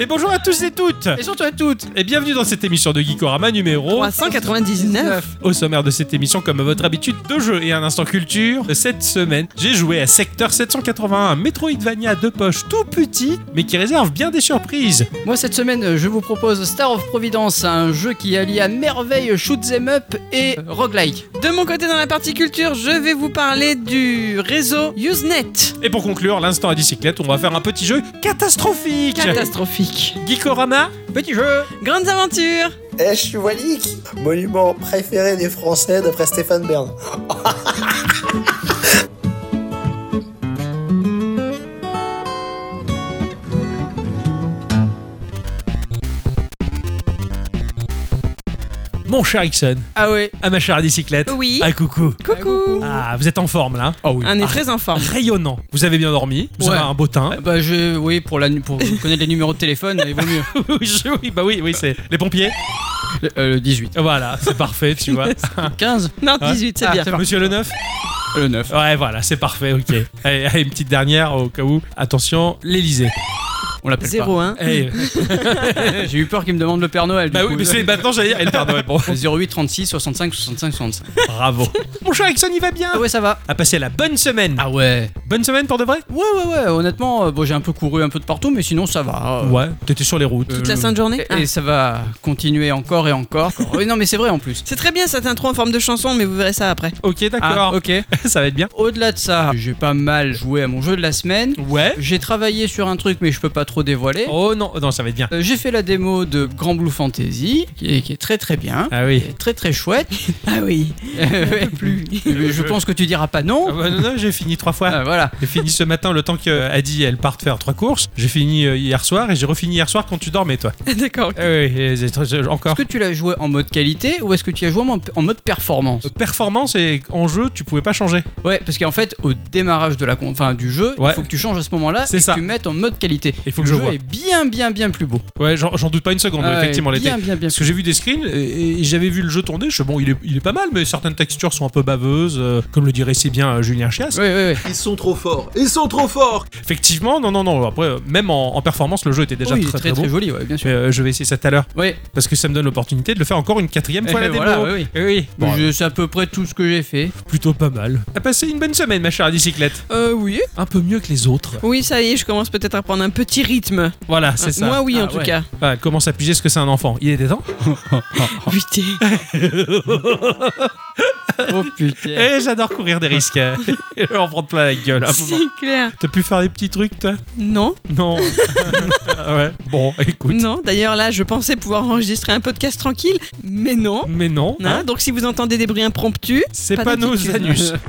Et bonjour à tous et toutes Et surtout à toutes Et bienvenue dans cette émission de Geekorama numéro 399 Au sommaire de cette émission, comme à votre habitude, deux jeux et un instant culture. Cette semaine, j'ai joué à Secteur 781, un Metroidvania de poche tout petit, mais qui réserve bien des surprises. Moi cette semaine euh, je vous propose Star of Providence, un jeu qui allie à merveille shoot 'em up et euh, roguelike. De mon côté dans la partie culture, je vais vous parler du réseau Usenet. Et pour conclure, l'instant à bicyclette, on va faire un petit jeu catastrophique Catastrophique. Geekorama Petit jeu Grandes aventures Eh, je suis Walik Monument préféré des Français d'après Stéphane Bern. Mon cher Ixon, Ah ouais à ma chère bicyclette. Oui. Ah coucou. Coucou Ah, vous êtes en forme là Oh oui. Un est très en forme. Rayonnant. Vous avez bien dormi, vous Ouais. avez un beau teint. Ah Bah je... Oui pour, la... pour connaître les numéros de téléphone, il vaut mieux. oui, je- oui, bah oui, oui, c'est les pompiers. Le, euh, le 18. Voilà, c'est parfait, tu vois. 15 Non, Ouais. 18, c'est Ah, bien. c'est bon. Monsieur le neuf Le 9. Ouais, voilà, c'est parfait, ok. Allez, allez, une petite dernière au cas où. Attention, l'Elysée. On l'appelle pas. 01. Eh. Eh, J'ai eu peur qu'il me demande le Père Noël. du bah oui, coup. Euh, mais c'est maintenant, j'allais dire. Et le Père Noël, bon. 08 36 65 65 65. Bravo. Mon cher Ericsson, il va bien. Ah ouais ça va A passé la bonne semaine. Ah ouais Bonne semaine pour de vrai Ouais ouais ouais honnêtement euh, bon j'ai un peu couru un peu de partout mais sinon ça va. euh, Ouais, t'étais sur les routes. Euh, Toute la sainte journée Ah. Et ça va continuer encore et encore. Oui, non, mais c'est vrai en plus. C'est très bien cette intro en forme de chanson, mais vous verrez ça après. Ok, Ah, d'accord. ok. Ça va être bien. Au-delà de ça, j'ai pas mal joué à mon jeu de la semaine. Ouais. J'ai travaillé sur un truc, mais je peux pas trop dévoiler. Oh non, non, ça va être bien. Euh, J'ai fait la démo de Grand Blue Fantasy, qui est, qui est très très bien. Ah Qui oui. est Très très chouette. Euh, Ah oui. Ouais, plus. Mais je pense que tu diras pas Ah non. bah non, non, j'ai fini trois fois. Ah, voilà. J'ai fini ce matin le temps qu'Adi elle parte faire trois courses. J'ai fini euh, hier soir et j'ai refini hier soir quand tu dormais toi. D'accord. Ah oui, euh, c'est- c'est- encore. Est-ce que tu l'as joué en mode qualité ou est-ce que tu as joué en en mode performance Performance et en jeu, tu pouvais pas changer. Ouais, parce qu'en fait, au démarrage de la con- enfin, du jeu, Ouais. il faut que tu changes à ce moment-là C'est et ça. que tu mettes en mode qualité. Il faut le que je jeu vois. est bien bien bien plus beau. Ouais, j'en j'en doute pas une seconde, Ah ouais, effectivement, l'été. bien, bien, bien. Parce que j'ai vu des screens et, et j'avais vu le jeu tourner. Je suis bon, il est, il est pas mal, mais certaines textures sont un peu baveuses, euh, comme le dirait si bien euh, Julien Chias. Oui, oui, oui. Ils sont trop forts. Ils sont trop forts. Effectivement, non, non, non. Après, euh, même en, en performance, le jeu était déjà Oui, Oh, il est très, très, très, beau. joli, ouais, bien sûr. Mais, euh, je vais essayer ça tout à l'heure Ouais. parce que ça me donne l'opportunité de le faire encore une quatrième fois Eh, la démo. voilà, oui, Eh oui. Bon, Je- C'est à peu près tout ce que j'ai fait. plutôt pas mal. T'as passé une bonne semaine, ma chère bicyclette. Euh, oui. Un peu mieux que les autres. Oui, ça y est, je commence peut-être à prendre un petit rythme. Voilà, c'est ça. Moi, oui, en Ah, tout ouais. cas. Ah, elle commence à piger ce que c'est un enfant. Il était temps. Putain. Oh putain. Eh, j'adore courir des risques. Je vais en prendre plein la gueule. à un moment. C'est clair. T'as pu faire des petits trucs, toi Non, Non. ouais. Bon, écoute. non. D'ailleurs, là, je pensais pouvoir enregistrer un podcast tranquille, mais non. Mais non. Hein, hein. donc, si vous entendez des bruits impromptus, C'est pas, Pas nos Eh, d'attitude. anus.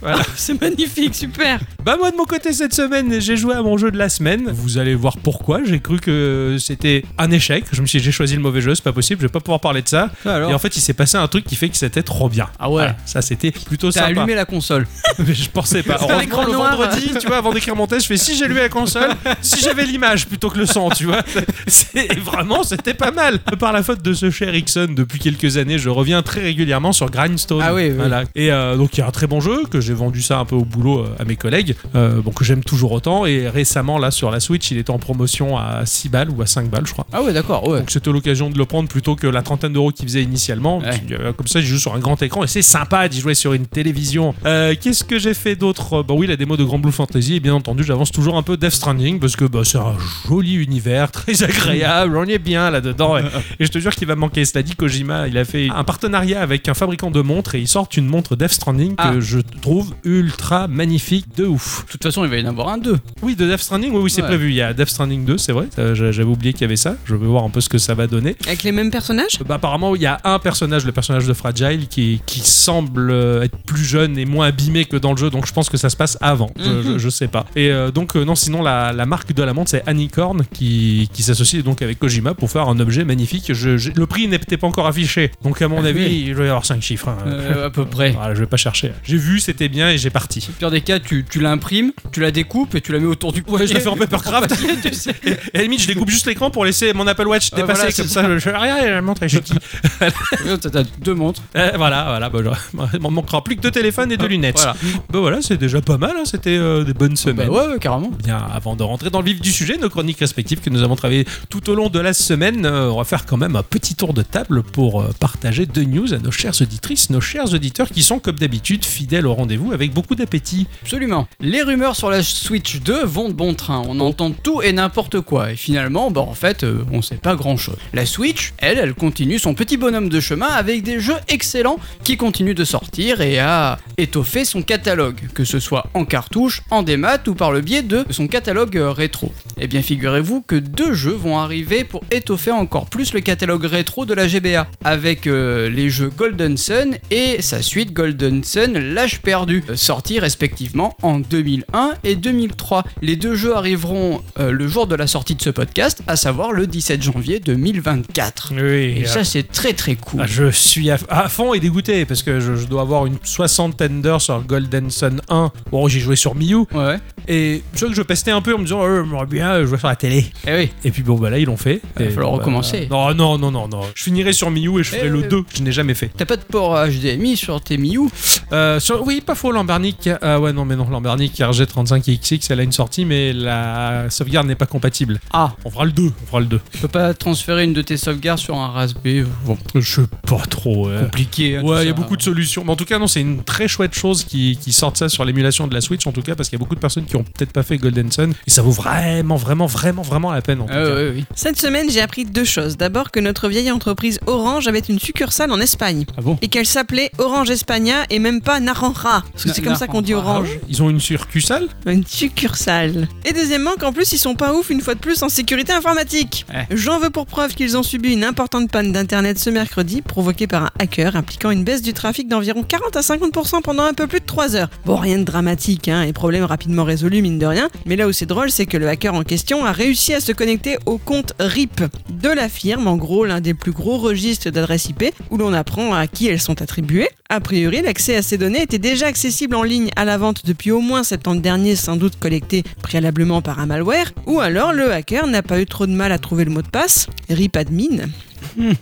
Voilà. c'est magnifique, super. Bah moi de mon côté cette semaine j'ai joué à mon jeu de la semaine. Vous allez voir pourquoi. J'ai cru que c'était un échec. Je me suis dit j'ai choisi le mauvais jeu, c'est pas possible, je vais pas pouvoir parler de ça. Et en fait il s'est passé un truc qui fait que c'était trop bien. Ah ouais. Voilà. ça c'était plutôt T'as sympa. allumé la console. Mais je pensais pas. Sur l'écran Heureusement, le noir. vendredi, tu vois, avant d'écrire mon test, je fais si j'ai lu la console, si j'avais l'image plutôt que le son, tu vois. C'est vraiment, c'était pas mal. Euh, Par la faute de ce cher Ixon, depuis quelques années, je reviens très régulièrement sur Grindstone. Ah oui, oui. Voilà. Et euh, donc il y a un très bon jeu que j'ai vendu ça un peu au boulot euh, à mes collègues, euh, bon que j'aime toujours autant. Et récemment là sur la Switch, il était en promotion à 6 balles ou à 5 balles, je crois. Ah ouais, d'accord, ouais. Donc c'était l'occasion de le prendre plutôt que la trentaine d'euros qu'il faisait initialement. Ouais. Puis, euh, Comme ça, je joue sur un grand écran et c'est sympa d'y jouer sur une télévision. Euh, Qu'est-ce que j'ai fait d'autre Bah oui, la démo de Grand Blue Fantasy et bien entendu, j'avance toujours un peu Death Stranding parce que bah, c'est un joli univers, très agréable, on est bien là-dedans. Et, et je te jure qu'il va me manquer. Cela dit, Kojima, il a fait un partenariat avec un fabricant de montres et ils sortent une montre Death Stranding que Ah. je trouve ultra magnifique de ouf. De toute façon, il va y en avoir un 2. Oui, de Death Stranding, oui, oui, c'est Ouais. prévu. Il y a Death Stranding 2, c'est vrai. Ça, j'a- J'avais oublié qu'il y avait ça. Je vais voir un peu ce que ça va donner. Avec les mêmes personnages Bah, apparemment, il y a un personnage, le personnage de Fragile, qui, qui semble euh, être plus jeune et moins abîmé que dans le jeu, donc je pense que ça se passe avant. Je, Mhm. je- je sais pas. Et euh, donc, euh, non, sinon, la, la marque de la montre, c'est Anicorn, qui, qui s'associe donc avec Kojima pour faire un objet magnifique. Je- je- le prix n'est peut-être pas encore affiché, donc à mon Ah, avis, oui. il doit y avoir 5 chiffres. hein. Euh, à peu près. Voilà, je vais pas chercher. J'ai vu, c'était bien et j'ai parti. Au pire des cas, tu, tu l'imprimes, tu la découpes et tu la mets autour du Ouais, je l'ai fait en papercraft. tu sais. Et, et à la limite, je découpe juste l'écran pour laisser mon Apple Watch Ouais, dépasser voilà, comme c'est ça. Je Ah, regarde la montre et je dis. T'as t'as deux montres. Eh, voilà, voilà. Bah, genre, il m'en manquera plus que deux téléphones et deux lunettes. Ah, Voilà. Bah voilà, c'est déjà pas mal. hein, C'était euh, des bonnes Bah semaines. ouais, ouais, carrément. Bien, avant de rentrer dans le vif du sujet, nos chroniques respectives que nous avons travaillées tout au long de la semaine, euh, on va faire quand même un petit tour de table pour euh, partager deux news à nos chères auditrices, nos chers auditeurs qui sont comme d'habitude fidèles au rendez-vous avec beaucoup d'appétit. Absolument. Les rumeurs sur la Switch 2 vont de bon train. On entend tout et n'importe quoi. Et finalement, bah en fait, euh, on sait pas grand chose. La Switch, elle, elle continue son petit bonhomme de chemin avec des jeux excellents qui continuent de sortir et à étoffer son catalogue, que ce soit en cartouche, en démat ou par le biais de son catalogue euh, rétro. Eh bien, figurez-vous que deux jeux vont arriver pour étoffer encore plus le catalogue rétro de la GBA, avec euh, les jeux Golden Sun et sa suite Golden Sun L'âge perdu, euh, sortis respectivement en 2001 et 2003. Les deux jeux arriveront euh, le jour de la sortie de ce podcast, à savoir le 17 janvier 2024. Oui. euh, ah, Et ça, c'est très très cool. je suis à, à fond et dégoûté parce que je, je dois avoir une soixantaine d'heures sur Golden Sun 1. Bon, j'ai joué sur Miu Ouais, ouais. et je sais que je pestais un peu en me disant, euh, j'aimerais bien jouer sur la télé. Eh oui. Et puis bon, bah là, ils l'ont fait. Il va Et falloir bon, bah, recommencer. Non, non, non, non, non. Je finirai sur Miu et je ferai Eh, le euh, 2 que je n'ai jamais fait. T'as pas de port HDMI sur tes Miu Euh, sur- oui, pas faux, Lambernic. Ah ouais, non, mais non, Lambernic, RG35 et XX, elle a une sortie, mais la sauvegarde n'est pas compatible. Ah, On fera le 2, on fera le 2. tu peux pas transférer une de tes sauvegardes sur un Raspberry Bon, Je sais pas trop. ouais. compliqué. hein, tout Euh, Ouais, il y a ça. beaucoup de solutions. Mais en tout cas, non, c'est une très chouette chose qui, qui sortent ça sur l'émulation de la Switch, en tout cas, parce qu'il y a beaucoup de personnes qui ont peut-être pas fait Golden Sun. Et ça vaut vraiment, vraiment, vraiment, vraiment la peine, en tout Ah cas. ouais, oui. Cette semaine, j'ai appris deux choses. D'abord, que notre vieille entreprise Orange avait une succursale en Espagne. Ah bon Et qu'elle s'appelait Orange Espagna et même pas Naranja. Parce que Na- c'est comme ça qu'on dit Naranja, Orange. Ils ont une surcussale Une succursale. Et deuxièmement, qu'en plus, ils sont pas ouf une fois de plus en sécurité informatique. Ouais. J'en veux pour preuve qu'ils ont subi une importante panne d'internet ce mercredi, provoquée par un hacker, impliquant une baisse du trafic d'environ 40 à 50% pendant un peu plus de 3 heures. Bon, rien de dramatique, hein, et problème rapidement résolu, mine de rien. Mais là où c'est drôle, c'est que le hacker en question a réussi à se connecter au compte RIP de la firme, en gros l'un des plus gros registres d'adresses IP, où l'on apprend à qui elles sont attribuées. A priori, l'accès à ces données était déjà accessible en ligne à la vente depuis au moins septembre dernier, sans doute collecté préalablement par un malware, ou alors le hacker n'a pas eu trop de mal à trouver le mot de passe, RIP admin. Hmm.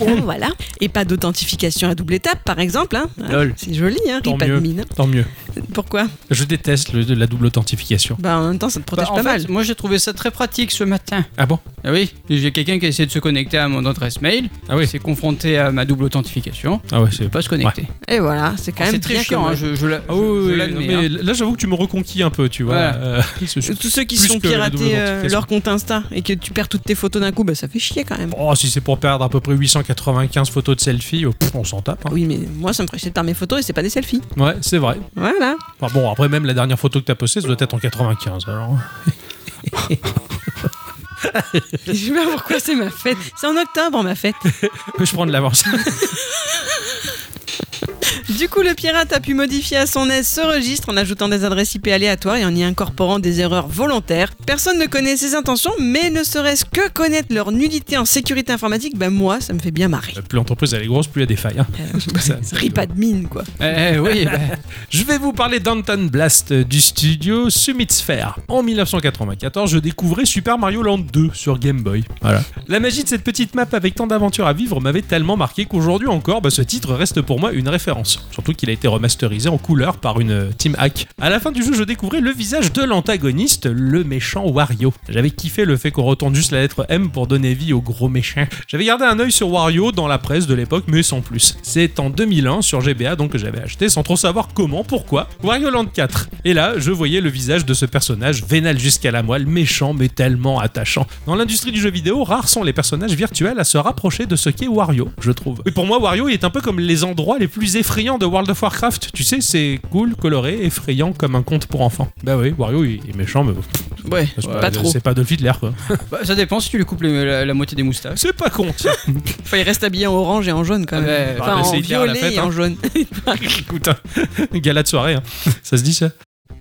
Ah, voilà. Et pas d'authentification à double étape, par exemple. hein. Ah, Lol. C'est joli, hein, Tant RIP mieux. admin. Tant mieux. Pourquoi Je déteste le- la double authentification. Bah, en même temps, ça te protège Bah, en pas fait, mal. Moi j'ai trouvé ça très pratique ce matin. Ah bon Ah oui, j'ai quelqu'un qui a essayé de se connecter à mon adresse mail. Ah oui. Il s'est confronté à ma double authentification. Ah ouais, Il c'est peut pas se connecter. Et voilà, c'est quand Alors, même C'est très bien chiant, comme- hein, je, je la- Ah oui, je- oui, je oui, l'admets, mais hein. là j'avoue que tu me reconquis un peu, tu vois. Voilà. Euh, ce- ce- Tous ceux qui Plus sont que la double piratés euh, authentification. leur compte Insta et que tu perds toutes tes photos d'un coup, bah ça fait chier quand même. Oh, si c'est pour perdre à peu près 895 photos de selfie, euh, pff, on s'en tape. hein. Oui, mais moi ça me ferait chier de perdre mes photos et c'est pas des selfies. Ouais, c'est vrai. Voilà. Enfin, bon, après, même la dernière photo que t'as postée, ça doit être en 95. Alors. Je sais pas pourquoi c'est ma fête. C'est en octobre ma fête. Je prends de l'avance. Du coup, le pirate a pu modifier à son aise ce registre en ajoutant des adresses IP aléatoires et en y incorporant des erreurs volontaires. Personne ne connaît ses intentions, mais ne serait-ce que connaître leur nullité en sécurité informatique, bah moi ça me fait bien marrer. Euh, plus l'entreprise elle est grosse, plus il y a des failles. hein. Ça, c'est- Rip admin quoi. Eh, eh, oui, bah, Je vais vous parler d'Anton Blast euh, du studio Summit Sphere. En 1994, je découvrais Super Mario Land 2 sur Game Boy. Voilà. La magie de cette petite map avec tant d'aventures à vivre m'avait tellement marqué qu'aujourd'hui encore, bah, ce titre reste pour moi une référence. Surtout qu'il a été remasterisé en couleur par une euh, team hack. À la fin du jeu, je découvrais le visage de l'antagoniste, le méchant Wario. J'avais kiffé le fait qu'on retourne juste la lettre M pour donner vie au gros méchant. J'avais gardé un œil sur Wario dans la presse de l'époque, mais sans plus. C'est en 2001 sur GBA donc que j'avais acheté sans trop savoir comment, pourquoi, Wario Land 4. Et là, je voyais le visage de ce personnage vénal jusqu'à la moelle, méchant mais tellement attachant. Dans l'industrie du jeu vidéo, rares sont les personnages virtuels à se rapprocher de ce qu'est Wario, je trouve. Et pour moi, Wario il est un peu comme les endroits les plus effrayants de World of Warcraft. Tu sais, c'est cool, coloré, effrayant comme un conte pour enfants. Bah oui, Wario il est méchant, mais Ouais, c'est pas trop. C'est pas Dolph Hitler quoi. bah, ça dépend si tu lui coupes les- la, la moitié des moustaches. C'est pas con. tiens. Enfin, il reste habillé en orange et en jaune quand Ah, même. bah, enfin, bah, en c'est Hitler à la violet fête, et hein. en jaune. Écoute, hein, gala de soirée, hein. ça se dit ça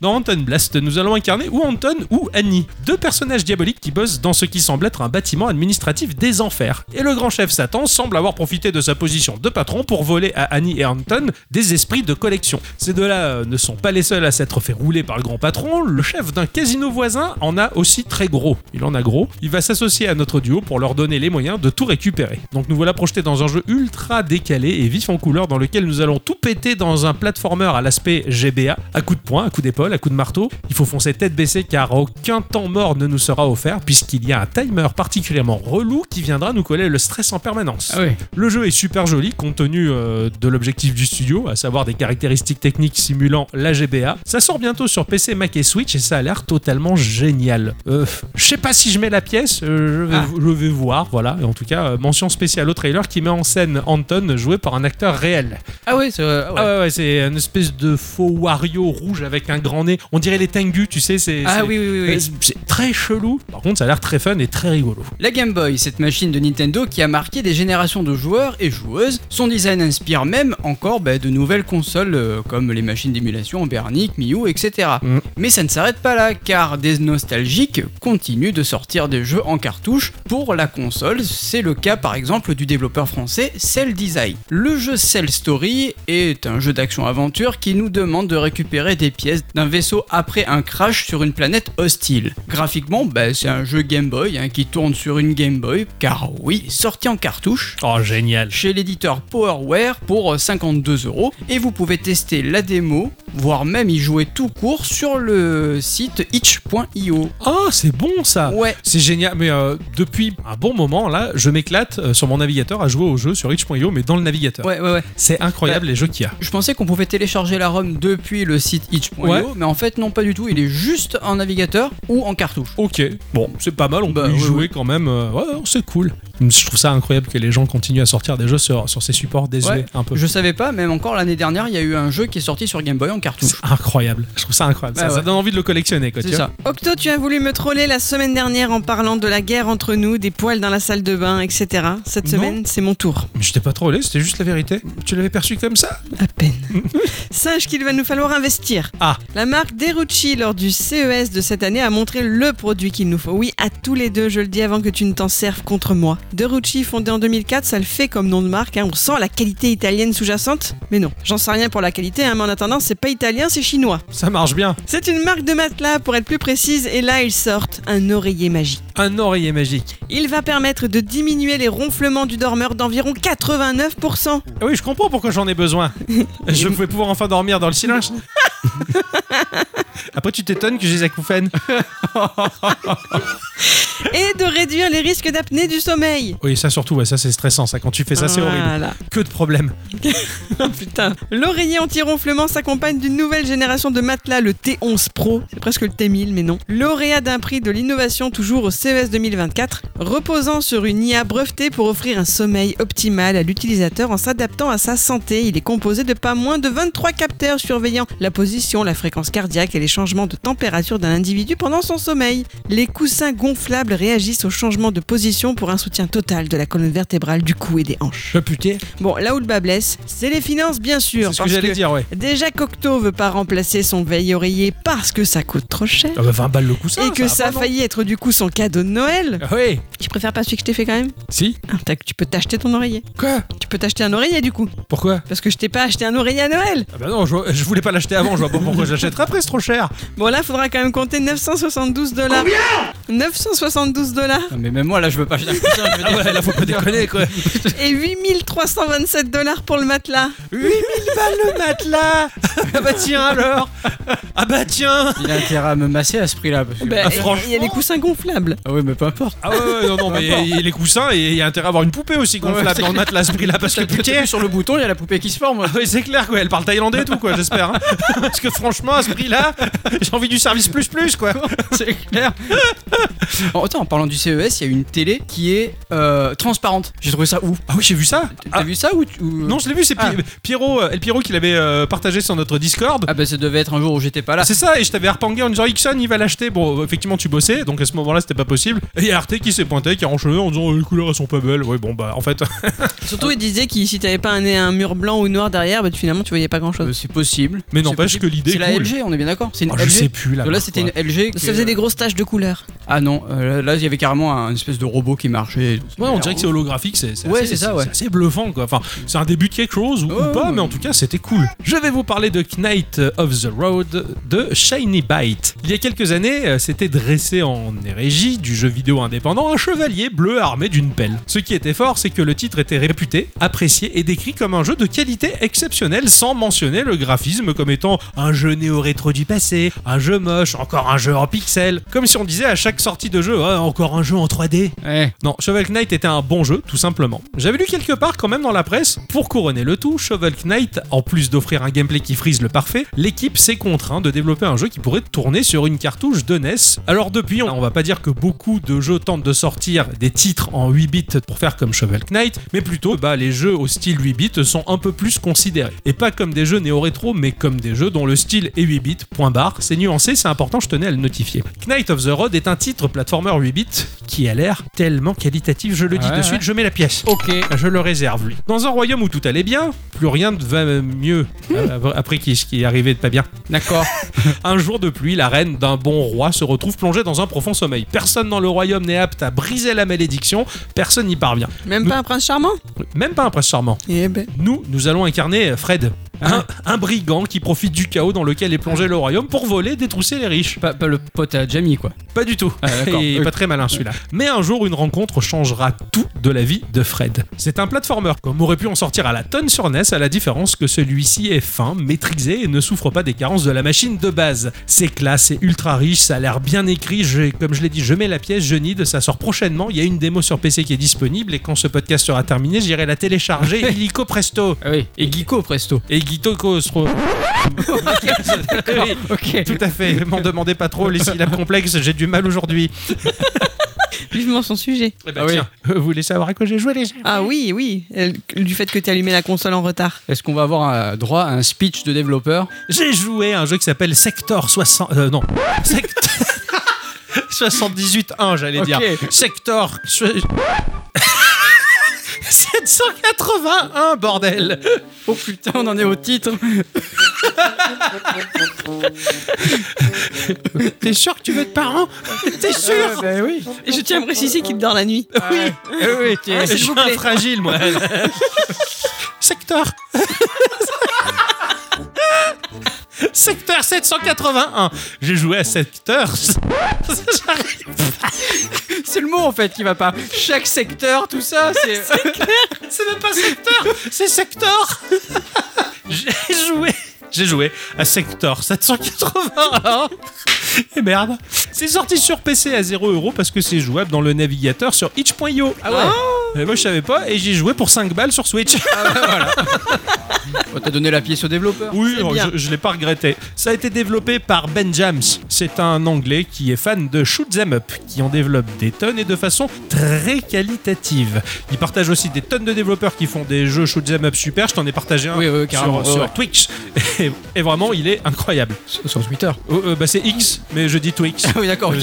Dans Anton Blast, nous allons incarner ou Anton ou Annie, deux personnages diaboliques qui bossent dans ce qui semble être un bâtiment administratif des enfers. Et le grand chef Satan semble avoir profité de sa position de patron pour voler à Annie et Anton des esprits de collection. Ces deux-là euh, ne sont pas les seuls à s'être fait rouler par le grand patron, le chef d'un casino voisin en a aussi très gros. Il en a gros. Il va s'associer à notre duo pour leur donner les moyens de tout récupérer. Donc nous voilà projetés dans un jeu ultra décalé et vif en couleur dans lequel nous allons tout péter dans un platformer à l'aspect GBA, à coups de poing, à coups d'épaule, à coups de marteau. Il faut foncer tête baissée car aucun temps mort ne nous sera offert puisqu'il y a un timer particulièrement relou qui viendra nous coller le stress en permanence. Ah oui. Le jeu est super joli compte tenu euh, de l'objectif du studio, à savoir des caractéristiques techniques simulant la GBA. Ça sort bientôt sur PC, Mac et Switch et ça a l'air totalement génial. Euh, je sais pas si je mets la pièce, euh, je, vais, Ah. je vais voir, voilà. Et en tout cas, euh, mention spéciale au trailer qui met en scène Anton joué par un acteur réel. Ah oui, c'est ah ouais. Ah ouais, ouais, c'est une espèce de faux Wario rouge avec un grand nez. On dirait les Tengu, tu sais, c'est... Ah c'est- oui, oui, oui, oui. c'est- C'est très chelou. Par contre, ça a l'air très fun et très rigolo. La Game Boy, cette machine de Nintendo qui a marqué des générations de joueurs et joueuses, son design inspire même encore bah, de nouvelles consoles euh, comme les machines d'émulation Bernic, Miu, etc. Mm. Mais ça ne s'arrête pas là, car des nostalgiques continuent de sortir des jeux en cartouche pour la console. C'est le cas par exemple du développeur français Cell Design. Le jeu Cell Story est un jeu d'action-aventure qui nous demande de récupérer des pièces d'un vaisseau après un crash sur une planète hostile. Graphiquement, bah, c'est un jeu Game Boy hein, qui tourne sur une Game Boy, car oui, sorti en cartouche Oh, génial. chez l'éditeur Powerware pour 52 euros et vous pouvez tester la démo, voire même y jouer tout court sur le site itch.io. Oh, c'est bon ça. Ouais, C'est génial, mais euh, depuis un bon moment, là, je m'éclate euh, sur mon navigateur à jouer au jeu sur itch.io, mais dans le navigateur. ouais, ouais, ouais. C'est incroyable les jeux qu'il y a. Je pensais qu'on pouvait télécharger la ROM depuis le site itch.io, Ouais. mais en fait non pas du tout, il est juste en navigateur ou en cartouche. Ok, bon, c'est pas mal, on Bah, peut y ouais, jouer ouais. quand même. euh, ouais, non, c'est cool. Je trouve ça incroyable que les gens continuent à sortir des jeux sur, sur ces supports désuets Ouais. un peu. Je savais pas, même encore l'année dernière, il y a eu un jeu qui est sorti sur Game Boy en cartouche. C'est incroyable. Je trouve ça incroyable. Bah, ça, ça ouais. donne envie de le collectionner, quoi. C'est tu vois. ça. Octo, tu as voulu me troller la semaine dernière en parlant de la guerre entre nous, des poils dans la salle de bain, etc. Cette Non. semaine, c'est mon tour. Mais je t'ai pas trollé, c'était juste la vérité. Tu l'avais perçu comme ça À peine. Sache qu'il va nous falloir investir. Ah. La marque Derucci, lors du CES de cette année, a montré le produit qu'il nous faut. Oui, à tous les deux, je le dis avant que tu ne t'en serves contre moi. Derucci, fondé en 2004, ça le fait comme nom de marque. hein. On sent la qualité italienne sous-jacente. Mais non, j'en sais rien pour la qualité, hein, mais en attendant, c'est pas italien, c'est chinois. Ça marche bien. C'est une marque de matelas, pour être plus précise, et là, ils sortent un oreiller magique. Un oreiller magique. Il va permettre de diminuer les ronflements du dormeur d'environ 89%. Ah oui, je comprends pourquoi j'en ai besoin. je vais pouvoir enfin dormir dans le silence. Après, tu t'étonnes que j'ai des acouphènes. Et de réduire les risques d'apnée du sommeil. Oui, ça surtout, ouais, ça c'est stressant, ça. Quand tu fais ça, c'est horrible. Voilà. Que de problèmes. Putain. L'oreiller anti-ronflement s'accompagne d'une nouvelle génération de matelas, le T11 Pro. C'est presque le T1000, mais non. Lauréat d'un prix de l'innovation toujours au E CES 2024, reposant sur une IA brevetée pour offrir un sommeil optimal à l'utilisateur en s'adaptant à sa santé. Il est composé de pas moins de 23 capteurs surveillant la position, la fréquence cardiaque et les changements de température d'un individu pendant son sommeil. Les coussins gonflables réagissent aux changements de position pour un soutien total de la colonne vertébrale du cou et des hanches. Le putain, Bon, là où le bas blesse, c'est les finances, bien sûr. c'est ce que parce j'allais que dire, ouais. Déjà qu'Octo veut pas remplacer son veille-oreiller parce que ça coûte trop cher. Ah bah, 20 balles le coussin. et que ça, va a pas, failli être du coup son cadeau de Noël. non Ah oui, Je préfère pas celui que je t'ai fait quand même. si. Ah, t'as- tu peux t'acheter ton oreiller. Quoi Tu peux t'acheter un oreiller du coup. Pourquoi Parce que je t'ai pas acheté un oreiller à Noël. Ah bah non, je, je voulais pas l'acheter avant, je vois pas pourquoi je l'achèterais après, c'est trop cher. Bon, là, faudra quand même compter 972 dollars. 972 dollars Non, mais même moi là, je veux pas acheter un coussin, je veux dire, Ah là, faut pas déconner quoi. et 8327 dollars pour le matelas. 8000 balles le matelas Ah bah tiens alors Ah bah tiens Il a intérêt à me masser à ce prix-là. Parce que... Bah, et- franchement. il y a des coussins gonflables. Ah oui, mais peu importe. Ah ouais, ouais, non, non, mais il y a les coussins et il y a intérêt à avoir une poupée aussi gonflable Ouais, c'est dans le matelas à ce prix-là parce que T'appuies putain. sur le bouton, il y a la poupée qui se forme. Oui, c'est clair, quoi. Elle parle thaïlandais et tout, quoi, j'espère. hein. Parce que franchement, à ce prix-là, j'ai envie du service plus plus, quoi. C'est clair. Bon, attends, en parlant du CES, il y a une télé qui est euh, transparente. J'ai trouvé ça ouf. Ah oui, j'ai vu ça. T'as Ah, vu ça ou, tu- ou- Non, je l'ai vu, c'est Pi- Pierrot, euh, El Pierrot qui l'avait euh, partagé sur notre notre Discord. Ah bah ça devait être un jour où j'étais pas là. C'est ça, et je t'avais harpangué en disant Ixon, il va l'acheter. Bon, effectivement, tu bossais, donc à ce moment-là, c'était pas possible. Et il y a Arte qui s'est pointé, qui a enchaîné en disant les couleurs, elles sont pas belles. Ouais, bon, bah en fait, Surtout, il disait que si t'avais pas un, un mur blanc ou noir derrière, bah, tu- finalement, tu voyais pas grand chose. Euh, C'est possible. Mais C'est n'empêche possible. que l'idée C'est la est cool. LG, on est bien d'accord C'est une oh, LG. je sais plus là. Donc là, c'était une LG. qui- euh, Ça faisait des grosses taches de couleur. Ah non, euh, là, il y avait carrément un espèce de robot qui marchait. Ouais, on dirait que c'est holographique, c'est c'est Ouais, assez, c'est ça, c'est- ouais. c'est assez bluffant quoi. Enfin, c'est un début de quelque chose ou, ou Ouais, pas, ouais. mais en tout cas, c'était cool. Je vais vous parler de Knight of the Road de Shiny Bite. Il y a quelques années, euh, s'était dressé en hérégie du jeu vidéo indépendant un chevalier bleu armé d'une pelle. Ce qui était fort, c'est que le titre était réputé, apprécié et décrit comme un jeu de qualité exceptionnelle sans mentionner le graphisme comme étant un jeu néo-rétro du passé, un jeu moche, encore un jeu en pixel. Comme si on disait à chaque sortie de jeu, Ah, encore un jeu en 3D. Ouais. Non, Shovel Knight était un bon jeu, tout simplement. J'avais lu quelque part quand même dans la presse, pour couronner le tout, Shovel Knight, en plus d'offrir un gameplay qui frise le parfait, l'équipe s'est contraint de développer un jeu qui pourrait tourner sur une cartouche de NES. Alors depuis, on va pas dire que beaucoup de jeux tentent de sortir des titres en 8 bits pour faire comme Shovel Knight, mais plutôt, bah, les jeux au style 8 bits sont un peu plus considérés. Et pas comme des jeux néo-rétro, mais comme des jeux dont le style est 8 bits, point barre. C'est nuancé, c'est important, je tenais à le notifier. Knight of the Road est un titre platformer 8 bits qui a l'air tellement qualitatif, je le dis Ouais, de ouais. suite, je mets la pièce. Oh, Ok. Je le réserve, lui. Dans un royaume où tout allait bien, plus rien ne va mieux Hmm. euh, après qui- ce qui est arrivé de pas bien. D'accord. Un jour de pluie, la reine d'un bon roi se retrouve plongée dans un profond sommeil. Personne dans le royaume n'est apte à briser la malédiction, personne n'y parvient. Même pas un prince charmant Même pas un prince charmant. Eh ben. Nous, nous allons incarner Fred, un, un brigand qui profite du chaos dans lequel est plongé le royaume pour voler, détrousser les riches. pas, pas le pote à Jamie, quoi. Pas du tout. Ah, d'accord. Il est Oui. pas très malin celui-là. Mais un jour, une rencontre changera tout de la vie de Fred. C'est un platformer, comme aurait pu en sortir à la tonne sur NES, à la différence que celui-ci est fin, maîtrisé et ne souffre pas des carences de la machine de base. C'est classe, c'est ultra riche, ça a l'air bien écrit. je- comme je l'ai dit, je mets la pièce, je nid, ça sort prochainement. Il y a une démo sur PC qui est disponible et quand ce podcast sera terminé, j'irai la télécharger illico presto. Ah oui. Et Geeko Presto. Et Guito Costro. Ah Oui. Ok. Tout à fait, m'en demandez pas trop, les syllabes complexes, j'ai du mal aujourd'hui. Vivement son sujet. Eh ben, Ah oui. tiens, euh, vous voulez savoir à quoi j'ai joué les gens Ah oui, oui, elle- du fait que t'aies allumé la console en retard. Est-ce qu'on va avoir euh, droit à un speech de développeur J'ai joué à un jeu qui s'appelle Sector 60. euh, non. Sector. 78.1, j'allais Ok. dire. Sector. so- 781, bordel Oh putain, on en est au titre. T'es sûr que tu veux être parent T'es sûr ben oui. Et je tiens à préciser qu'il dort la nuit. Oui Eh oui, Je Ah, s'il suis vous un plaît. fragile, moi Sector Secteur 781 J'ai joué à Secteur... C'est le mot en fait qui va pas. Chaque secteur, tout ça, c'est. C'est même pas secteur, c'est secteur. J'ai joué. J'ai joué à Sector 781. Et Eh merde. C'est sorti sur PC à 0€ parce que c'est jouable dans le navigateur sur itch.io. Ah ouais. Mais moi je savais pas et j'ai joué pour 5 balles sur Switch. Oh, T'as donné la pièce au développeur. Oui, oh, C'est bien. je, je l'ai pas regretté. Ça a été développé par Ben James. C'est un anglais qui est fan de shoot 'em up, qui en développe des tonnes et de façon très qualitative. Il partage aussi des tonnes de développeurs qui font des jeux shoot 'em up super. Je t'en ai partagé un Oui, oui, carrément, sur, sur ouais, ouais. Twitch. Et, et vraiment, il est incroyable. Sur sur Twitter. Oh, euh, bah, c'est X, mais je dis Twitch. Ah oui, d'accord, ok.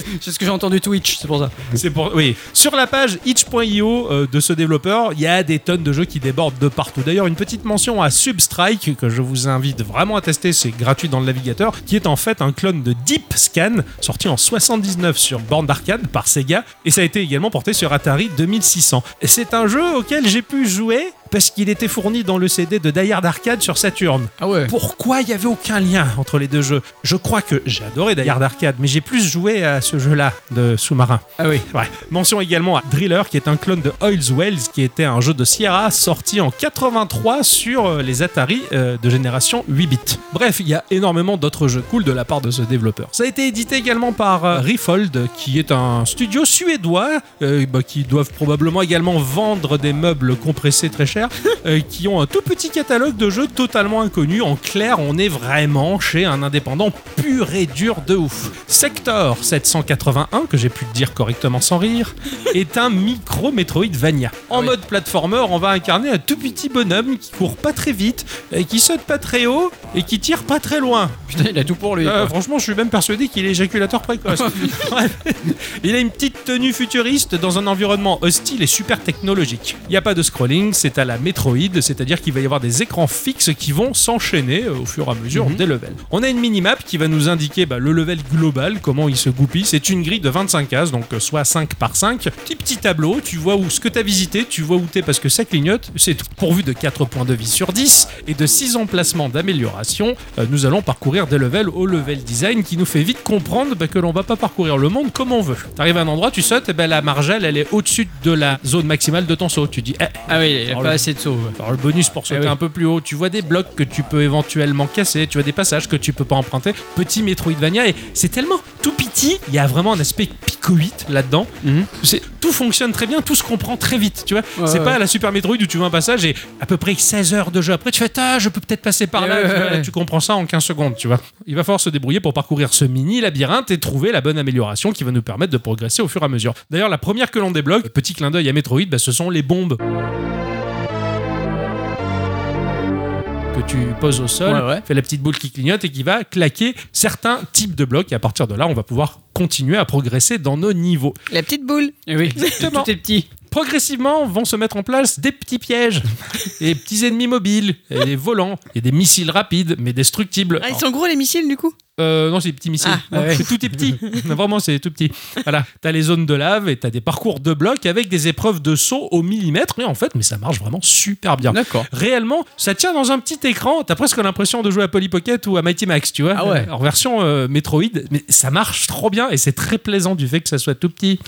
c'est ce que j'ai entendu Twitch, c'est pour ça. C'est pour oui. Sur la page itch.io euh, de ce développeur, il y a des tonnes de jeux qui débordent de partout. D'ailleurs, une petite mention à Substrike que je vous invite vraiment à tester, c'est gratuit dans le navigateur, qui est en fait un clone de Deep Scan sorti en 79 sur borne d'arcade par Sega et ça a été également porté sur Atari 2600. Et C'est un jeu auquel j'ai pu jouer parce qu'il était fourni dans le CD de Die Hard Arcade sur Saturn. Ah ouais. Pourquoi il n'y avait aucun lien entre les deux jeux Je crois que j'adorais Die Hard Arcade, mais j'ai plus joué à ce jeu-là de sous-marin. Ah oui. Ouais. Mention également à Driller, qui est un clone de Oils Wells, qui était un jeu de Sierra sorti en 83 sur euh, les Atari euh, de génération 8 bits. Bref, il y a énormément d'autres jeux cool de la part de ce développeur. Ça a été édité également par euh, Refold, qui est un studio suédois, euh, bah, qui doivent probablement également vendre des meubles compressés très cher, euh, qui ont un tout petit catalogue de jeux totalement inconnus. En clair, on est vraiment chez un indépendant pur et dur de ouf. Sector 781, que j'ai pu le dire correctement sans rire, est un micro Metroidvania. En Oui. mode platformer, on va incarner un tout petit bonhomme qui court pas très vite, et qui saute pas très haut et qui tire pas très loin. Putain, il a tout pour lui. Euh, quoi. franchement, je suis même persuadé qu'il est éjaculateur précoce. Bref, il a une petite tenue futuriste dans un environnement hostile et super technologique. Il n'y a pas de scrolling, c'est à la Metroid, c'est-à-dire qu'il va y avoir des écrans fixes qui vont s'enchaîner euh, au fur et à mesure Mhm. des levels. On a une minimap qui va nous indiquer bah, le level global, comment il se goupille. C'est une grille de 25 cases, donc euh, soit 5 par 5. Petit petit tableau, tu vois où ce que tu as visité, tu vois où t'es parce que ça clignote. C'est tout. Pourvu de 4 points de vie sur 10 et de 6 emplacements d'amélioration, euh, nous allons parcourir des levels au level design qui nous fait vite comprendre bah, que l'on va pas parcourir le monde comme on veut. T'arrives à un endroit, tu sautes, et ben la margelle elle est au-dessus de la zone maximale de ton saut. Tu dis, eh, Ah oui, il a Oh, pas le- assez de sauve. alors le bonus pour sauter Eh oui. un peu plus haut, tu vois des blocs que tu peux éventuellement casser, tu vois des passages que tu peux pas emprunter. Petit Metroidvania et c'est tellement tout petit, il y a vraiment un aspect picoïte là-dedans. Mhm. C'est tout fonctionne très bien, tout se comprend très vite, tu vois. Ouais, c'est ouais. pas la Super Metroid où tu vois un passage et à peu près 16 heures de jeu après tu fais ah, je peux peut-être passer par Eh là, ouais, Tu vois, ouais, là, ouais. tu comprends ça en 15 secondes, tu vois. Il va falloir se débrouiller pour parcourir ce mini labyrinthe et trouver la bonne amélioration qui va nous permettre de progresser au fur et à mesure. D'ailleurs, la première que l'on débloque, petit clin d'œil à Metroid, bah, ce sont les bombes que tu poses au sol, Ouais, ouais. fait la petite boule qui clignote et qui va claquer certains types de blocs. Et à partir de là, on va pouvoir continuer à progresser dans nos niveaux. La petite boule. Eh oui, Exactement. tout est petit. Progressivement vont se mettre en place des petits pièges, des petits ennemis mobiles, et des volants, et des missiles rapides mais destructibles. Ah, ils sont gros les missiles du coup. Euh, non, c'est des petits missiles. Ah, ouais. C'est- Tout est petit. Non, Vraiment, c'est tout petit. Voilà. T'as les zones de lave et t'as des parcours de blocs avec des épreuves de saut au millimètre. Et en fait, mais ça marche vraiment super bien. D'accord. Réellement, ça tient dans un petit écran. T'as presque l'impression de jouer à Polly Pocket ou à Mighty Max, tu vois. Ah ouais. En version euh, Metroid, mais ça marche trop bien et c'est très plaisant du fait que ça soit tout petit.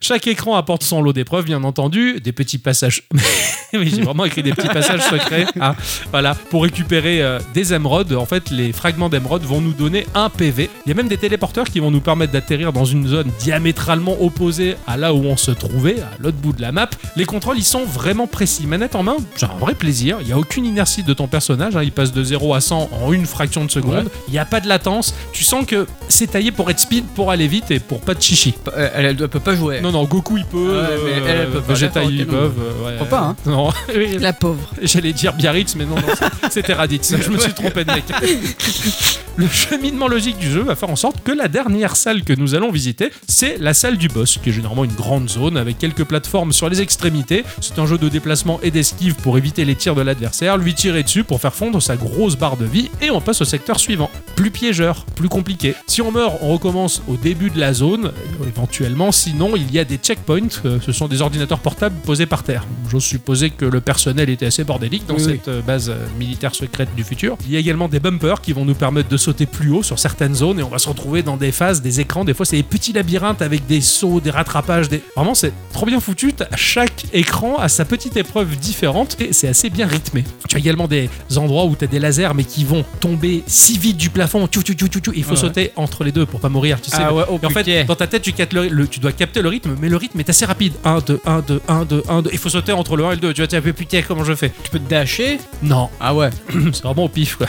Chaque écran apporte son lot d'épreuves, bien entendu, des petits passages. oui, j'ai vraiment écrit des petits passages secrets. hein. Voilà, pour récupérer euh, des émeraudes, en fait, les fragments d'émeraudes vont nous donner un PV. Il y a même des téléporteurs qui vont nous permettre d'atterrir dans une zone diamétralement opposée à là où on se trouvait, à l'autre bout de la map. Les contrôles, ils sont vraiment précis. Manette en main, c'est un vrai plaisir. Il n'y a aucune inertie de ton personnage. hein. Il passe de 0 à 100 en une fraction de seconde. Ouais. Il n'y a pas de latence. Tu sens que c'est taillé pour être speed, pour aller vite et pour pas de chichi. P- euh, Elle, elle peut pas jouer. Non, non, Goku il peut, euh, Ouais, mais elle, elle peut pas. Vegeta D'accord, ils ok, non. peuvent. euh, ouais. Faut pas, hein. Non, Oui, La pauvre. j'allais dire Biarritz, mais non, non c'est- c'était Raditz. Je me suis trompé de mec. Le cheminement logique du jeu va faire en sorte que la dernière salle que nous allons visiter, c'est la salle du boss, qui est généralement une grande zone avec quelques plateformes sur les extrémités. C'est un jeu de déplacement et d'esquive pour éviter les tirs de l'adversaire, lui tirer dessus pour faire fondre sa grosse barre de vie, et on passe au secteur suivant plus piégeur, plus compliqué. Si on meurt, on recommence au début de la zone, euh, éventuellement, sinon il y a des checkpoints, euh, ce sont des ordinateurs portables posés par terre. J'ose supposer que le personnel était assez bordélique dans Oui, oui. cette euh, base euh, militaire secrète du futur. Il y a également des bumpers qui vont nous permettre de sauter plus haut sur certaines zones et on va se retrouver dans des phases, des écrans, des fois c'est des petits labyrinthes avec des sauts, des rattrapages, des... Vraiment c'est trop bien foutu, T'as- chaque écran a sa petite épreuve différente et c'est assez bien rythmé. Tu as également des endroits où tu as des lasers mais qui vont tomber si vite du plafond, tchou, tchou, tchou, tchou, tchou, il faut Ouais. sauter entre les deux pour pas mourir, tu sais. Ah ouais, oh Et en fait, putain. dans ta tête, tu, captes le- le- tu dois capter le rythme, mais le rythme est assez rapide. 1, 2, 1, 2, 1, 2, 1, 2. Il faut sauter entre le 1 et le 2. Tu vas te dire, putain, comment je fais Tu peux te dasher. Non, Ah ouais. c'est vraiment au pif quoi.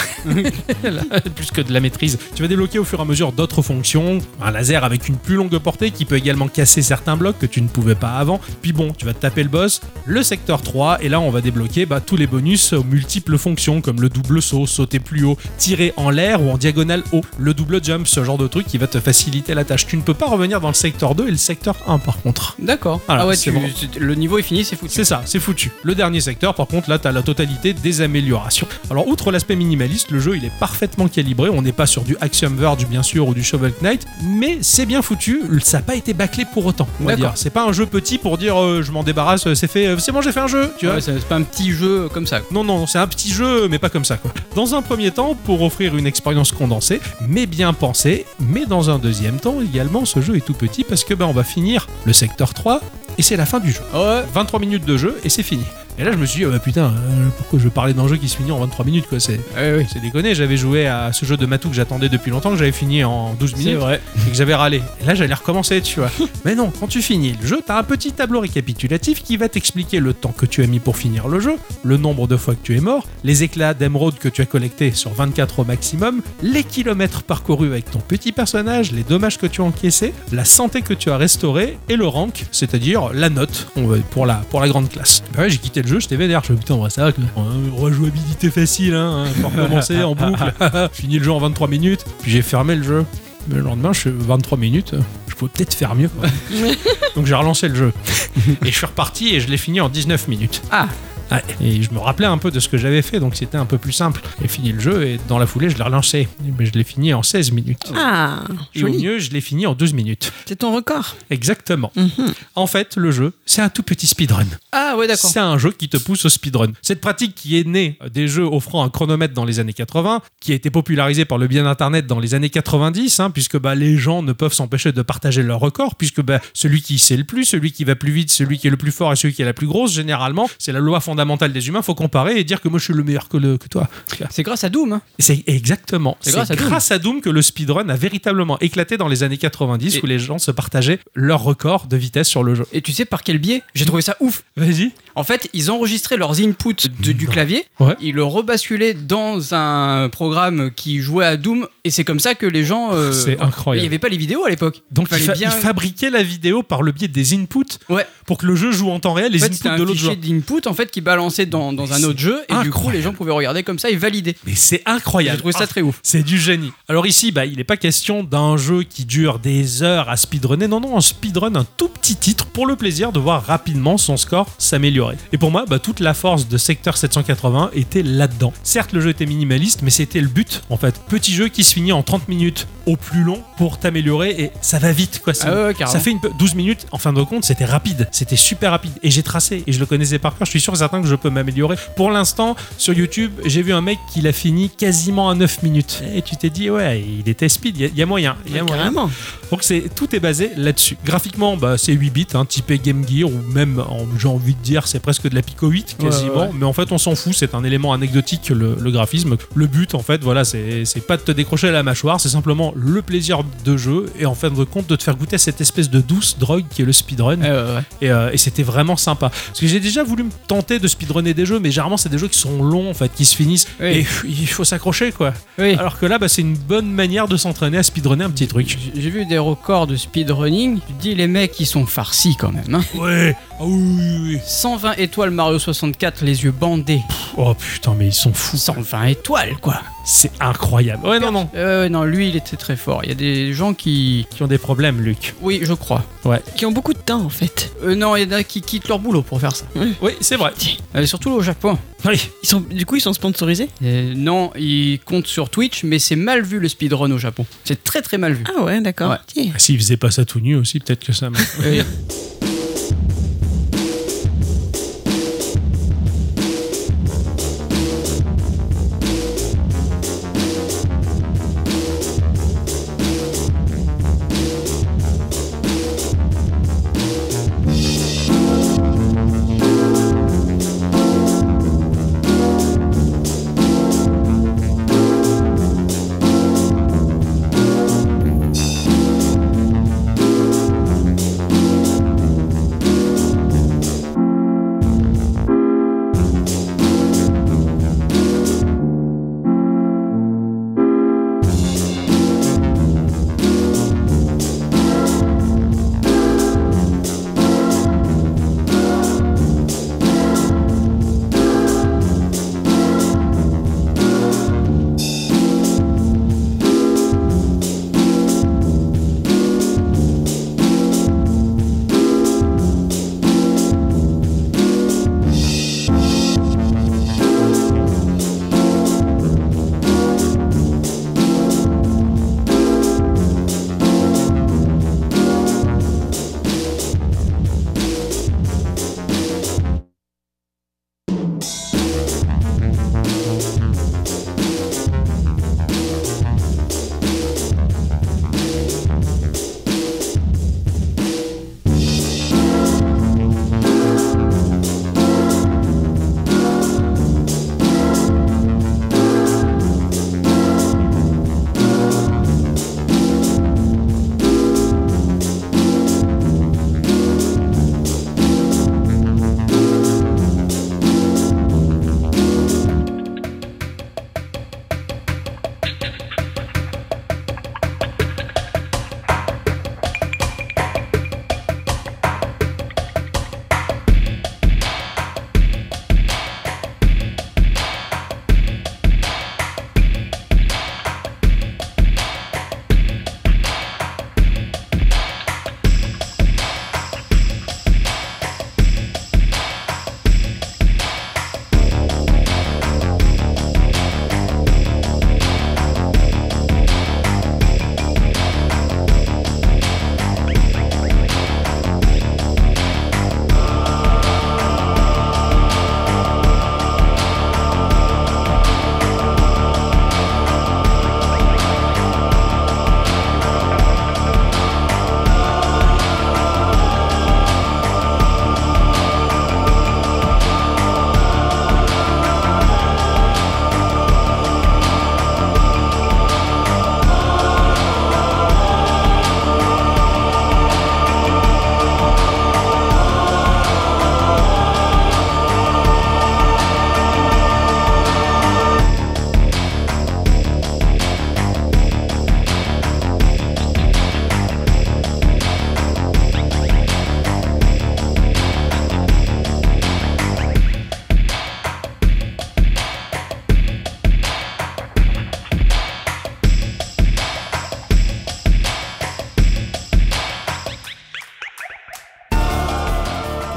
Là, Plus que de la maîtrise. Tu vas débloquer au fur et à mesure d'autres fonctions, un laser avec une plus longue portée qui peut également casser certains blocs que tu ne pouvais pas avant. Puis bon, tu vas te taper le boss, le secteur 3 et là on va débloquer bah, tous les bonus aux multiples fonctions comme le double saut, sauter plus haut, tirer en l'air ou en diagonale haut, le double jump, ce genre de truc qui va te faciliter la tâche. Tu ne peux pas revenir dans le secteur 2 et le secteur 1 par contre. D'accord. Voilà, ah ouais, tu- c'est bon. tu- le niveau est fini, c'est foutu. C'est ça, c'est foutu. Le dernier secteur, par contre, là, t'as la totalité des améliorations. Alors, outre l'aspect minimaliste, le jeu, il est parfaitement calibré. On n'est pas sur du Axiom Verge, bien sûr, ou du Shovel Knight, mais c'est bien foutu. Ça n'a pas été bâclé pour autant. on va D'accord. dire. C'est pas un jeu petit pour dire euh, je m'en débarrasse, euh, c'est fait, euh, c'est bon, j'ai fait un jeu, tu vois. Ah Ouais, c'est c'est pas un petit jeu comme ça. Non, non, c'est un petit jeu, mais pas comme ça, quoi. Dans un premier temps, pour offrir une expérience condensée, mais bien pensée, mais dans un deuxième temps, également, ce jeu est tout petit parce que, ben, on va finir le secteur 3, et c'est la fin du jeu. Ah ouais. 23 minutes de jeu et c'est fini. Et là, je me suis dit, ah bah putain, euh, pourquoi je parlais d'un jeu qui se finit en 23 minutes, quoi. C'est Eh oui, c'est déconné, j'avais joué à ce jeu de Matou que j'attendais depuis longtemps, que j'avais fini en 12 c'est minutes vrai. et que j'avais râlé. Et là, j'allais recommencer, tu vois. Mais non, quand tu finis le jeu, t'as un petit tableau récapitulatif qui va t'expliquer le temps que tu as mis pour finir le jeu, le nombre de fois que tu es mort, les éclats d'émeraude que tu as collectés sur 24 au maximum, les kilomètres parcourus avec ton petit personnage, les dommages que tu as encaissés, la santé que tu as restaurée et le rank, c'est-à-dire la note on va- pour la, pour la grande classe. Bah ouais, j'ai quitté le jeu, j'étais vénère. Je me suis dit, putain, on va ça, que- euh, rejouabilité facile, hein, hein, pour commencer en boucle. Fini le jeu en 23 minutes, puis j'ai fermé le jeu. Mais le lendemain, je suis 23 minutes, euh, je pouvais peut-être faire mieux. quoi. Donc j'ai relancé le jeu. Et je suis reparti et je l'ai fini en 19 minutes. Ah. Ouais. Et je me rappelais un peu de ce que j'avais fait, donc c'était un peu plus simple. J'ai fini le jeu et dans la foulée, je l'ai relancé. Mais je l'ai fini en 16 minutes. Ah, et au joli. mieux, je l'ai fini en 12 minutes. C'est ton record. Exactement. Mhm. En fait, le jeu, c'est un tout petit speedrun. Ah ouais, d'accord. C'est un jeu qui te pousse au speedrun. Cette pratique qui est née des jeux offrant un chronomètre dans les années 80, qui a été popularisée par le bien Internet dans les années 90, hein, puisque bah, les gens ne peuvent s'empêcher de partager leurs records, puisque bah, celui qui sait le plus, celui qui va plus vite, celui qui est le plus fort et celui qui est la plus grosse, généralement, c'est la loi fondamentale des humains. Faut comparer et dire que moi je suis le meilleur que, le- que toi. C'est grâce à Doom. hein. C'est exactement. C'est C'est grâce grâce, à Doom. à Doom que le speedrun a véritablement éclaté dans les années 90, Et- où les gens se partageaient leurs records de vitesse sur le jeu. Et tu sais par quel biais J'ai trouvé ça ouf. Vas-y. En fait, ils enregistraient leurs inputs de- du clavier, Ouais. ils le rebasculaient dans un programme qui jouait à Doom, et c'est comme ça que les gens. euh, C'est Il n'y incroyable. avait pas les vidéos à l'époque. Donc il, Fallait fa- bien- il fabriquait la vidéo par le biais des inputs Ouais. pour que le jeu joue en temps réel les en fait, c'était inputs de un l'autre fichier joueur. d'input en fait qui balançait dans, dans un Mais autre jeu, et du coup, incroyable. les gens pouvaient regarder comme ça et valider. Mais c'est J'ai incroyable. trouvé ça Ah, très ouf. c'est du génie. Alors ici, bah, il n'est pas question d'un jeu qui dure des heures à speedrunner. Non, non, on speedrun un tout petit titre pour le plaisir de voir rapidement son score s'améliorer. Et pour moi, bah, toute la force de Secteur 780 était là-dedans. Certes, le jeu était minimaliste, mais c'était le but, en fait. Petit jeu qui se finit en 30 minutes au plus long pour t'améliorer et ça va vite, quoi. C'est- Ah ouais, ouais, carrément. Ça fait une pe- 12 minutes, en fin de compte, c'était rapide, c'était super rapide. Et j'ai tracé, et je le connaissais par cœur, je suis sûr et certain que je peux m'améliorer. Pour l'instant, sur YouTube, j'ai vu un mec qui l'a fini quasiment à 9 minutes. Et tu t'es dit, ouais, il était speed, il y, a moyen. Y a moyen. Carrément. Donc c'est, tout est basé là-dessus. Graphiquement, bah, c'est 8 bits, hein, typé Game Gear, ou même, en- j'ai envie de dire, c'est presque de la Pico 8 quasiment. Ouais, ouais, Mais en fait, on s'en fout, c'est un élément anecdotique, le, le graphisme. Le but, en fait, voilà, c'est, c'est pas de te décrocher la mâchoire, c'est simplement le plaisir de jeu et en fin de compte de te faire goûter à cette espèce de douce drogue qui est le speedrun. Euh, ouais. Et, euh, et c'était vraiment sympa. Parce que j'ai déjà voulu me tenter de speedrunner des jeux, mais généralement, c'est des jeux qui sont longs, en fait, qui se finissent. Oui. Et pff, il faut s'accrocher, quoi. Oui. Alors que là, bah, c'est une bonne manière de s'entraîner à speedrunner un petit truc. J- J'ai vu des records de speedrunning. Tu te dis, les mecs, ils sont farcis quand même. hein. Ouais, ah oui, oui, oui. 120 étoiles Mario 64, les yeux bandés. Oh putain, mais ils sont fous. 120 étoiles, quoi. C'est incroyable. Ouais, non, non. Euh, ouais, non, lui, il était très fort. Il y a des gens qui. Qui ont des problèmes, Luc. Oui, je crois. Qui ont beaucoup de temps en fait. Euh, non, il y en a qui quittent leur boulot pour faire ça. Oui, c'est vrai. Euh, surtout au Japon. Oui. Ils sont, du coup, ils sont sponsorisés Euh, non, ils comptent sur Twitch, mais c'est mal vu le speedrun au Japon. C'est très très mal vu. Ah ouais, d'accord. Ouais. Tiens. Ah, S'ils faisaient pas ça tout nu aussi, peut-être que ça. m'a- Euh,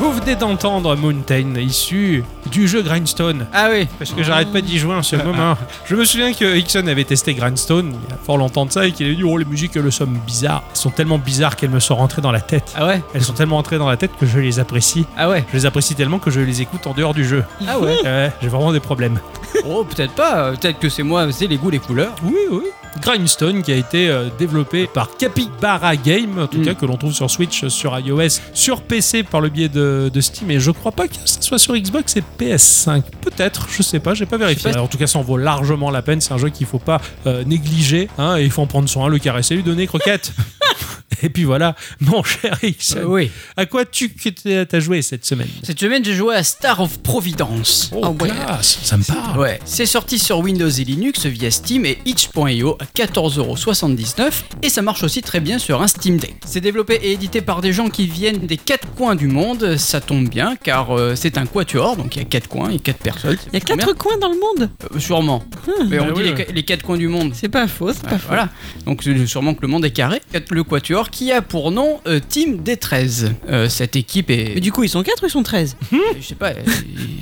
Vous venez d'entendre Mountain, issu du jeu Grindstone. Ah oui, Parce que j'arrête pas d'y jouer en ce moment. Je me souviens que Hickson avait testé Grindstone il y a fort longtemps de ça et qu'il avait dit Oh, les musiques, elles sont bizarres. Elles sont tellement bizarres qu'elles me sont rentrées dans la tête. ah ouais, Elles sont tellement rentrées dans la tête que je les apprécie. ah ouais, Je les apprécie tellement que je les écoute en dehors du jeu. ah ouais. Ouais, j'ai vraiment des problèmes. oh, peut-être pas, peut-être que c'est moi, c'est les goûts, les couleurs. Oui, oui. Grindstone qui a été euh, développé par Capybara Game, en tout Mm. cas que l'on trouve sur Switch, sur iOS, sur PC par le biais de, de Steam, et je crois pas que ça soit sur Xbox et PS5. Peut-être, je sais pas, j'ai pas vérifié. pas. Alors, en tout cas, ça en vaut largement la peine. C'est un jeu qu'il faut pas euh, négliger, hein, et il faut en prendre soin, le caresser, lui donner croquette. et puis voilà, mon cher Ixon, Euh, oui. à quoi tu que t'as t'as joué cette semaine Cette semaine, j'ai joué à Star of Providence. Oh, Ah ouais. classe, ça me parle. Ouais, Ah. c'est sorti sur Windows et Linux via Steam et itch.io à 14,79€ et ça marche aussi très bien sur un Steam Deck. C'est développé et édité par des gens qui viennent des quatre coins du monde, ça tombe bien car euh, c'est un quatuor, donc il y a quatre coins et quatre personnes. Il y a quatre Hum. coins dans le monde. Euh, Sûrement. Mais on bah dit oui, les, ouais. les quatre coins du monde. C'est pas faux, c'est pas faux. Voilà, donc c'est sûrement que le monde est carré. Le Quatuor qui a pour nom euh, Team D13. Euh, cette équipe est. Mais du coup, ils sont 4 ou ils sont 13 je sais pas, euh,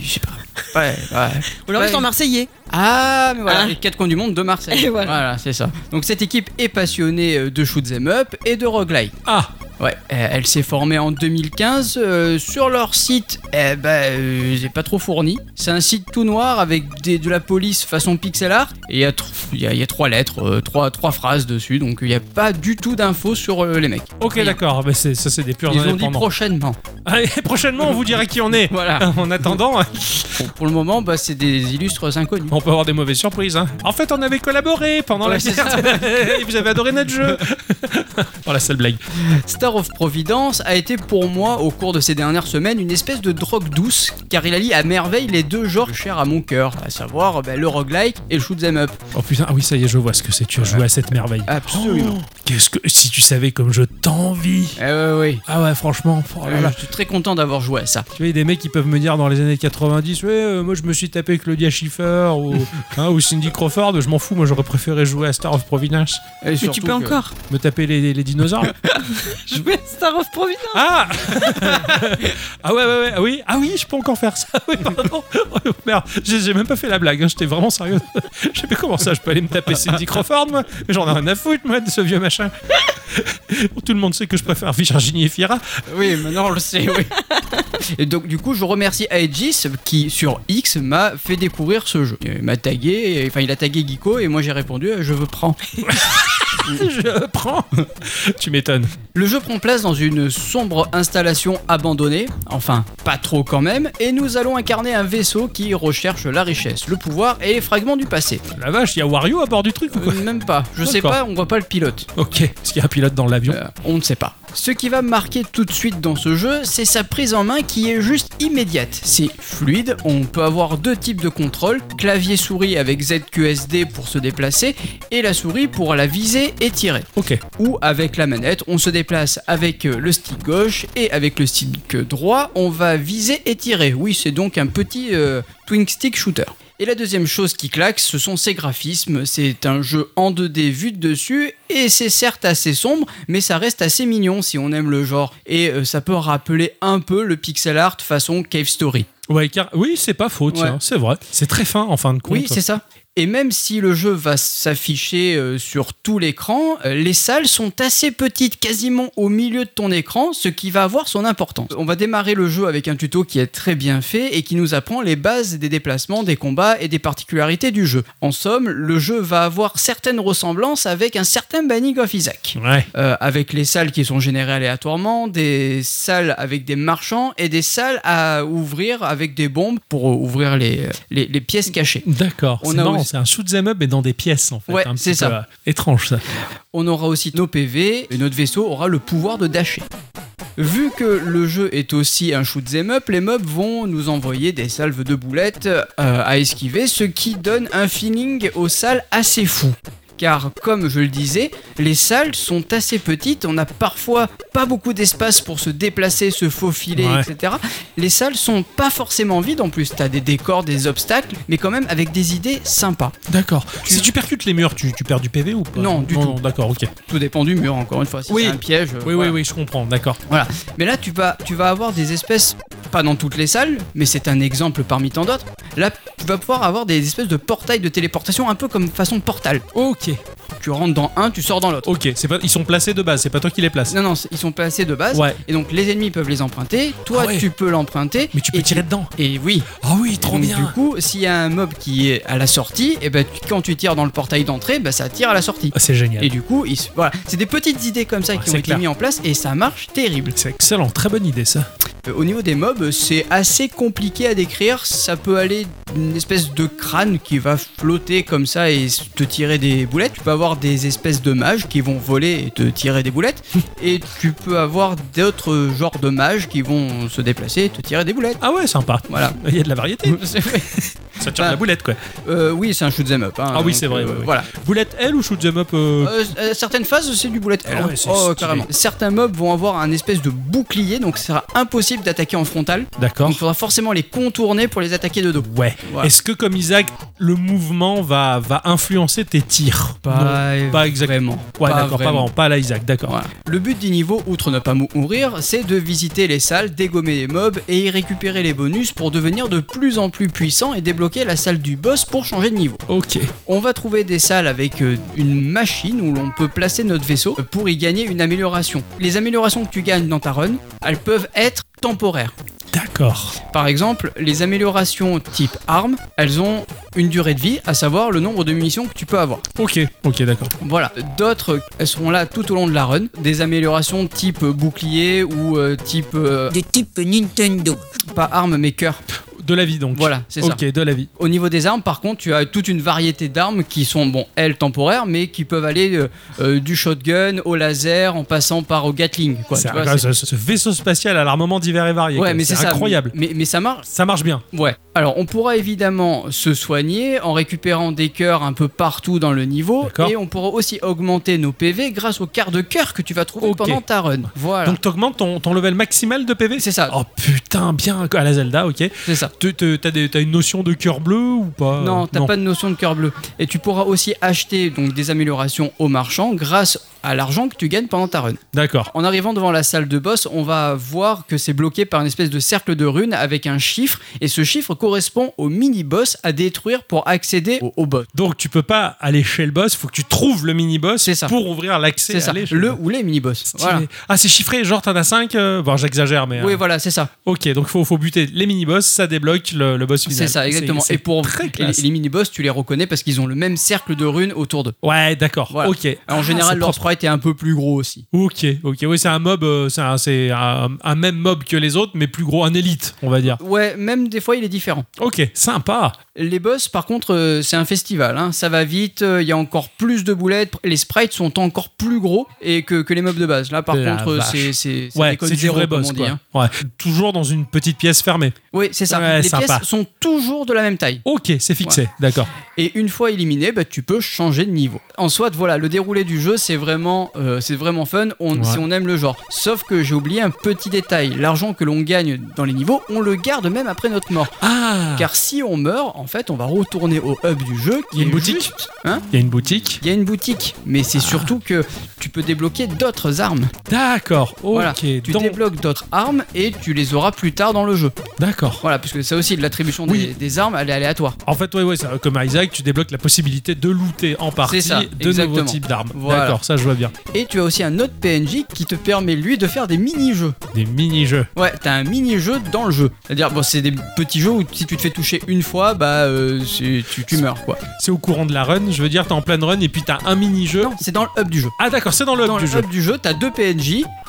je sais pas. Ouais, ouais. Ou alors Ouais. ils sont marseillais Ah, mais voilà, Hein les 4 coins du monde de Marseille. Et voilà. c'est ça. Donc cette équipe est passionnée euh, de shoot 'em up et de roguelike. Ah, Ouais, euh, elle s'est formée en 2015 euh, sur leur site. Eh ben, euh, j'ai pas trop fourni. C'est un site tout noir avec des- de la police façon pixel art. Et il y, a tr- il y a- il y a trois lettres, euh, trois, trois phrases dessus. Donc il n'y a pas du tout d'infos sur euh, les mecs. ok, Rien. d'accord, mais c'est- ça c'est des purs Ils ont dit indépendants. prochainement. Allez, prochainement, on vous dira qui on est. Voilà. En attendant, hein. Pour, pour le moment, bah, c'est des illustres inconnus. on peut avoir des mauvaises surprises. hein. En fait, on avait collaboré pendant Ouais, la c'est ça. Et vous avez adoré notre jeu. oh la sale blague. Star of Providence a été pour moi, au cours de ces dernières semaines, une espèce de drogue douce, car il allie à merveille les deux genres chers à mon cœur, à savoir bah, le roguelike et le shoot'em up. Oh putain, ah oui, ça y est, je vois ce que c'est. Tu as joué à cette merveille. Absolument. Oh, Qu'est-ce que si tu savais comme je t'envie. Eh ouais, ouais. Ah ouais, franchement. oh là Euh, là. Je suis très content d'avoir joué à ça. Tu vois, il y a des mecs qui peuvent me dire dans les années 90, ouais, euh, moi je me suis tapé Claudia Schiffer ou, hein, ou Cindy Crawford, je m'en fous, moi j'aurais préféré jouer à Star of Providence, Et Mais surtout tu peux que- encore me taper les, les dinosaures. jouer à Star of Providence Ah Ah ouais, ouais, ouais, ah oui, ah oui, je peux encore faire ça. Oui, pardon. Oh, merde, j'ai j'ai même pas fait la blague, hein, j'étais vraiment sérieux. Je sais plus comment ça, je peux aller me taper Cindy Crawford, moi. Mais J'en ai rien à foutre, moi, de ce vieux machin. Tout le monde sait que je préfère Virginie Fira. Oui, maintenant on le sait, oui. Et donc du coup, je remercie Aegis qui sur X m'a fait découvrir ce jeu. Il m'a tagué, et- enfin il a tagué Geeko et moi j'ai répondu euh, je veux prendre. Je prends. Tu m'étonnes. Le jeu prend place dans une sombre installation abandonnée, enfin pas trop quand même, et nous allons incarner un vaisseau qui recherche la richesse, le pouvoir et les fragments du passé. La vache, il y a Wario à bord du truc ou Euh, quoi même pas, je sais D'accord. pas, on voit pas le pilote. Ok, est-ce qu'il y a un pilote dans l'avion Euh, on ne sait pas. Ce qui va me marquer tout de suite dans ce jeu, c'est sa prise en main qui est juste immédiate. C'est fluide, on peut avoir deux types de contrôles, clavier souris avec ZQSD pour se déplacer et la souris pour la viser et tirer. Ok. Ou avec la manette, on se déplace avec euh, le stick gauche et avec le stick droit, on va viser et tirer. Oui, c'est donc un petit euh, twin stick shooter. Et la deuxième chose qui claque, ce sont ses graphismes. C'est un jeu en 2D vu de dessus, et c'est certes assez sombre, mais ça reste assez mignon si on aime le genre. Et euh, ça peut rappeler un peu le pixel art façon Cave Story. Ouais, car... Oui, c'est pas faux, tiens, Ouais. c'est vrai. C'est très fin en fin de compte. Oui, c'est ça. Et même si le jeu va s'afficher euh, sur tout l'écran, euh, les salles sont assez petites, quasiment au milieu de ton écran, ce qui va avoir son importance. On va démarrer le jeu avec un tuto qui est très bien fait et qui nous apprend les bases des déplacements, des combats et des particularités du jeu. En somme, le jeu va avoir certaines ressemblances avec un certain Banning of Isaac. Ouais. Euh, avec les salles qui sont générées aléatoirement, des salles avec des marchands et des salles à ouvrir avec des bombes pour euh, ouvrir les- les- les pièces cachées. D'accord, On c'est a marrant, aussi- c'est un shoot'em up mais dans des pièces en fait. Ouais, un petit c'est peu, ça. euh, étrange ça. On aura aussi nos PV et notre vaisseau aura le pouvoir de dasher. Vu que le jeu est aussi un shoot 'em up, les mobs vont nous envoyer des salves de boulettes euh, à esquiver, ce qui donne un feeling aux salles assez fou. car comme je le disais, les salles sont assez petites, on a parfois pas beaucoup d'espace pour se déplacer, se faufiler, Ouais. etc. Les salles sont pas forcément vides en plus, t'as des décors, des obstacles, mais quand même avec des idées sympas. D'accord. Si tu percutes les murs, tu, tu perds du PV ou pas Non, du tout. D'accord, ok. Tout dépend du mur encore une fois, si Oui. c'est un piège. euh, Oui, voilà. oui, oui, je comprends, d'accord. Voilà. Mais là, tu vas, tu vas avoir des espèces, pas dans toutes les salles, mais c'est un exemple parmi tant d'autres. Là, tu vas pouvoir avoir des espèces de portails de téléportation, un peu comme façon portal. Ok. Tu rentres dans un, tu sors dans l'autre. Ok, c'est pas, ils sont placés de base, c'est pas toi qui les places. Non, non, c'est- ils sont placés de base. Ouais. Et donc, les ennemis peuvent les emprunter. Toi, Ah ouais. tu peux l'emprunter. Mais tu peux et tirer dedans. Et oui. Ah oui, Donc, Du coup, s'il y a un mob qui est à la sortie, et ben, tu- quand tu tires dans le portail d'entrée, ben, ça tire à la sortie. Ah, c'est génial. Et du coup, ils se- voilà, c'est des petites idées comme ça Ouais, qui ont c'est été clair. mises en place et ça marche terrible. C'est excellent, très bonne idée ça. Euh, Au niveau des mobs, c'est assez compliqué à décrire. Ça peut aller d'une espèce de crâne qui va flotter comme ça et s- te tirer des boulettes. Tu peux avoir des espèces de mages qui vont voler et te tirer des boulettes. et tu peux avoir d'autres genres de mages qui vont se déplacer et te tirer des boulettes. Ah ouais, sympa. Voilà. Il y a de la variété. Ça tire de la Bah. boulette quoi. Euh, oui, c'est un shoot 'em up. hein. Ah oui, Donc, c'est vrai, euh, oui, oui. Voilà. Boulette L ou shoot them up euh, Euh, euh, certaines phases, c'est du bullet hell, Ah hein. ouais, c'est oh, stylé. carrément. Certains mobs vont avoir un espèce de bouclier, donc ce sera impossible d'attaquer en frontal. D'accord. Donc, il faudra forcément les contourner pour les attaquer de dos. Ouais. Voilà. Est-ce que comme Isaac, le mouvement va, va influencer tes tirs Pas, Non, pas exactement. Vraiment. Ouais, d'accord, pas vraiment, pas à la Isaac, d'accord. Voilà. Le but du niveau, outre ne pas mou- mourir, c'est de visiter les salles, dégommer les mobs et y récupérer les bonus pour devenir de plus en plus puissant et débloquer la salle du boss pour changer de niveau. Ok. On va trouver des salles avec euh, une machine où l'on peut placer notre vaisseau euh, pour y gagner une amélioration. Les améliorations que tu gagnes dans ta run, elles peuvent être temporaires. D'accord. Par exemple, les améliorations type arme, elles ont une durée de vie, à savoir le nombre de munitions que tu peux avoir. Ok, ok, d'accord. Voilà, d'autres elles seront là tout au long de la run, des améliorations type bouclier ou euh, type euh, de type Nintendo. pas arme mais cœur. De la vie donc. Voilà, c'est ça. Ok, de la vie. Au niveau des armes, par contre, tu as toute une variété d'armes qui sont bon, elles temporaires, mais qui peuvent aller euh, euh, du shotgun au laser en passant par au Gatling. Quoi, C'est tu vois, incroyable, c'est- ce, ce vaisseau spatial à l'armement divers et varié. Ouais, mais c'est ça. incroyable. Mais, mais ça marche. Ça marche bien. Ouais. Alors, on pourra évidemment se soigner en récupérant des cœurs un peu partout dans le niveau. D'accord. Et on pourra aussi augmenter nos PV grâce aux quarts de cœur que tu vas trouver Ok. pendant ta run. Voilà. Donc t'augmentes ton, ton level maximal de PV C'est ça. Oh putain, bien à la Zelda, ok. C'est ça. Tu- tu- T'as des- t'as une notion de cœur bleu ou pas Euh, Non, t'as pas de notion de cœur bleu. Et tu pourras aussi acheter donc des améliorations aux marchands grâce à l'argent que tu gagnes pendant ta run. D'accord. En arrivant devant la salle de boss, on va voir que c'est bloqué par une espèce de cercle de runes avec un chiffre, et ce chiffre correspond au mini-boss à détruire pour accéder au, au boss. Donc tu peux pas aller chez le boss, faut que tu trouves le mini-boss C'est ça. pour ouvrir l'accès C'est à ça, aller chez le ou les mini-boss. Stylé. Voilà. Ah, c'est chiffré, genre t'en as 5 Bon, j'exagère, mais. Oui, euh, voilà, c'est ça, Ok, donc faut, faut buter les mini-boss, ça débloque le, le boss final. c'est ça, exactement. C'est- et pour c'est très et classe. les, les mini-boss, tu les reconnais parce qu'ils ont le même cercle de runes autour d'eux. Ouais, d'accord. Voilà. Ok. En Ah, général, c'est leur propre. sprite est un peu plus gros aussi. Ok, ok. Oui, c'est un mob, euh, c'est un, c'est un- un même mob que les autres, mais plus gros, un élite, on va dire. Ouais, même des fois, il est différent. Ok, sympa. Les boss, par contre, euh, c'est un festival. hein. Ça va vite, euh, il y a encore plus de boulettes. Les sprites sont encore plus gros et que, que les mobs de base. Là, par La contre, euh, vache. c'est c'est c'est Ouais, des codes c'est du zéro, vrai comme boss, on dit, quoi. hein. Ouais. Toujours dans une petite pièce fermée. Oui, c'est ça. Ouais, les sympa. pièces sont toujours de la même taille. Ok, c'est fixé, d'accord. Et une fois éliminé, bah, tu peux changer de niveau. En soit, voilà, le déroulé du jeu, c'est vraiment, euh, c'est vraiment fun on, Ouais. si on aime le genre. Sauf que j'ai oublié un petit détail. L'argent que l'on gagne dans les niveaux, on le garde même après notre mort. Ah Car si on meurt, en fait, on va retourner au hub du jeu. Il qui y a une est boutique juste- Hein Il y a une boutique. Il y a une boutique, mais Ah. c'est surtout que tu peux débloquer d'autres armes. D'accord, ok. Voilà, tu donc- débloques d'autres armes et tu les auras plus tard dans le jeu. D'accord. Voilà, puisque ça aussi, l'attribution des, Oui. des armes, elle est aléatoire. En fait, ouais, ouais, ça- comme Isaac, tu débloques la possibilité de looter en partie ça, de nouveaux exactement. types d'armes. Voilà. D'accord, ça je vois bien. Et tu as aussi un autre PNJ qui te permet, lui, de faire des mini-jeux. Des mini-jeux. Ouais, t'as un mini-jeu dans le jeu. C'est-à-dire, bon, c'est des petits jeux où si tu te fais toucher une fois, bah, euh, c'est- tu, tu meurs, quoi. C'est au courant de la run, je veux dire, t'es en pleine run et puis t'as un mini-jeu. Non, c'est dans le hub du jeu. Ah d'accord, c'est dans le hub Dans du le jeu. hub du jeu, t'as deux PNJ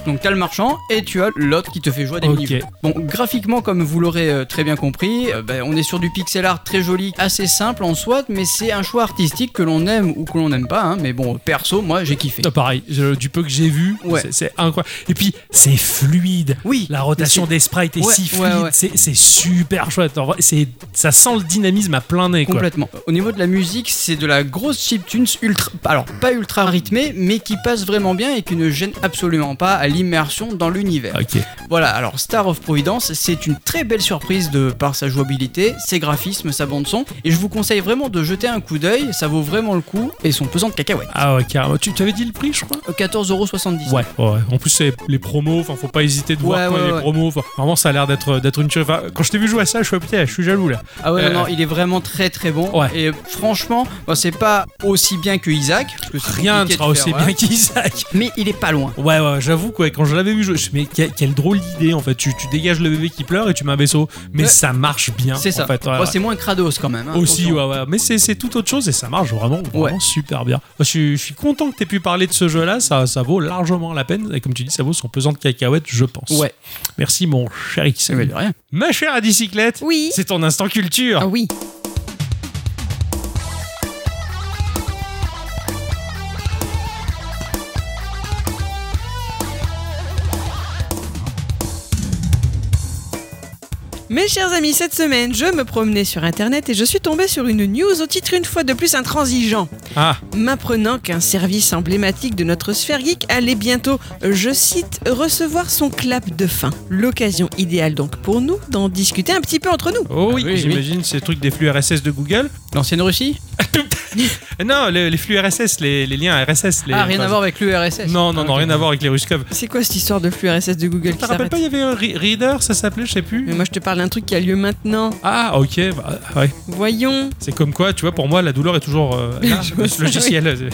Donc t'as le marchand et tu as l'autre qui te fait jouer à des Ok. niveaux. Bon, graphiquement, comme vous l'aurez euh, très bien compris, euh, ben, on est sur du pixel art très joli, assez simple en soi, mais c'est un choix artistique que l'on aime ou que l'on n'aime pas. hein. mais bon, perso, moi j'ai kiffé. Ah, pareil, je- du peu que j'ai vu, Ouais. c'est- c'est incroyable. Et puis, c'est fluide. Oui, La rotation mais des sprites est Ouais, si ouais, fluide, ouais. C'est, c'est super chouette. En vrai, c'est, ça sent le dynamisme à plein nez. Quoi. Complètement. Au niveau de la musique, c'est de la grosse chiptunes ultra, alors pas ultra rythmée, mais qui passe vraiment bien et qui ne gêne absolument pas à l'immersion dans l'univers. Ok. Voilà, alors Star of Providence, c'est une très belle surprise de par sa jouabilité, ses graphismes, sa bande son, et je vous conseille vraiment de jeter un coup d'œil, ça vaut vraiment le coup, et son pesant de cacahuètes. Ah ouais, carrément. Tu, tu avais dit le prix, je crois Euh, 14,70€. Ouais, ouais. En plus, c'est les promos. Enfin, faut pas hésiter de Ouais, voir quand il y a ouais, les ouais. promos. Enfin, vraiment, ça a l'air d'être, d'être une tuerie. Enfin, quand je t'ai vu jouer à ça, je suis putain, je suis jaloux là. Ah ouais, non, Euh, non, il est vraiment très très bon. Ouais. Et franchement, bon, c'est pas aussi bien que Isaac. parce que c'est Rien ne compliqué sera de faire, aussi voilà. bien qu'Isaac. Mais il est pas loin. Ouais, ouais, j'avoue, quoi. Quand je l'avais vu, je je- mais que- quelle drôle d'idée en fait. Tu, tu dégages le bébé qui pleure et tu mets un vaisseau. Mais Ouais. ça marche bien. C'est ça. Hein, En fait, ouais, Bon, ouais. C'est moins Kratos quand même. hein, Aussi, attention. ouais, ouais. Mais c'est c'est tout autre chose et ça marche vraiment, vraiment Ouais. super bien. Je, suis- je suis content que tu aies pu parler de ce jeu-là, ça, ça vaut largement la peine. Et comme tu dis, ça vaut son pesant de cacahuètes, je pense. Ouais, Merci, mon cher X. mais de rien. Ma chère à bicyclette, Oui. c'est ton instant culture. Ah oui. Mes chers amis, cette semaine, je me promenais sur internet et je suis tombée sur une news au titre une fois de plus intransigeant, Ah, m'apprenant qu'un service emblématique de notre sphère geek allait bientôt, je cite, recevoir son clap de fin. L'occasion idéale donc pour nous d'en discuter un petit peu entre nous. oh oui, Ah oui, j'imagine ces trucs des flux RSS de Google. Euh, L'ancienne Russie Non, le- les flux RSS, les, les liens RSS. Les, Ah, rien enfin, à voir avec l'URSS. Non, non, non, rien à voir avec les Ruscov. C'est quoi cette histoire de flux RSS de Tu Google qui te rappelles s'arrête pas, il y avait un Re- Reader, ça s'appelait, je sais Mais plus. moi je te parle d'un truc qui a lieu maintenant. Mm. Ah, ok, bah, ouais. Voyons. C'est comme quoi, tu vois, pour moi, la douleur est toujours euh, là, Je ce vois ça, oui. logiciel. euh,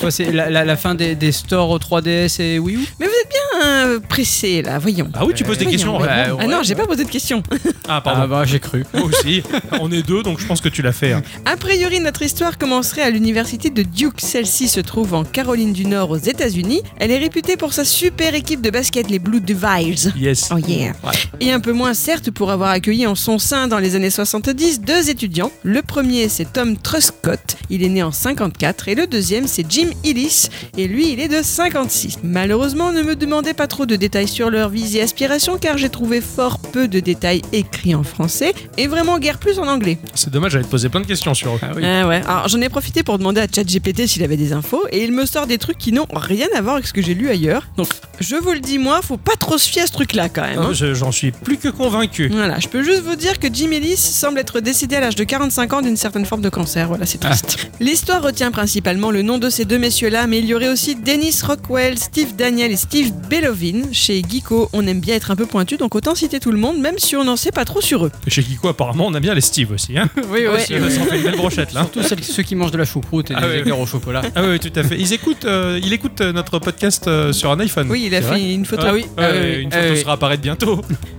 Quoi, c'est la, la- la fin des, des stores au 3DS et Wii U Mais vous êtes bien euh, pressé là, voyons. Ah oui, tu poses des Voyons, questions. voyons. ouais, ah non, ouais. j'ai pas posé de questions. Ah, pardon. bah, j'ai cru. Moi aussi. On est deux, donc je pense que tu l'as fait. hein. A priori, notre histoire commencerait à l'université de Duke. Celle-ci se trouve en Caroline du Nord aux États-Unis. Elle est réputée pour sa super équipe de basket, les Blue Devils. Yes. Oh yeah. Ouais. Et un peu moins certes pour avoir accueilli en son sein dans les années 70 deux étudiants. Le premier c'est Tom Truscott, il est né en 54 et le deuxième c'est Jim Illis et lui il est de 56. Malheureusement ne me demandez pas trop de détails sur leur vie et aspirations car j'ai trouvé fort peu de détails écrits en français et vraiment guère plus en anglais. C'est dommage, j'allais te poser plein de questions sur eux. Ah oui. Ah ouais. Alors j'en ai profité pour demander à ChatGPT s'il avait des infos et il me sort des trucs qui n'ont rien à voir avec ce que j'ai lu ailleurs. Donc je vous le dis moi, faut pas trop se fier à ce truc là quand même. hein. Ah, Non, je- J'en suis plus que convaincu. Voilà, je peux juste vous dire que Jim Ellis semble être décédé à l'âge de 45 ans d'une certaine forme de cancer. Voilà, c'est triste. Ah. L'histoire retient principalement le nom de ces deux messieurs-là, mais il y aurait aussi Dennis Rockwell, Steve Daniel et Steve Bellovin. Chez Geeko, on aime bien être un peu pointu, donc autant citer tout le monde, même si on n'en sait pas trop sur eux. Chez Kiko, apparemment, on aime bien les Steve aussi. Hein oui, aussi, Ça oui. en fait une belle brochette là. Surtout celles- ceux qui mangent de la choucroute et Ah des oui. éclairs au chocolat. Ah oui, oui, tout à fait. Ils écoutent, euh, il écoute euh, notre podcast euh, sur un iPhone. Oui, il a C'est fait vrai une photo. Ah oui, ah oui, oui, une ah photo oui. sera apparaître bientôt.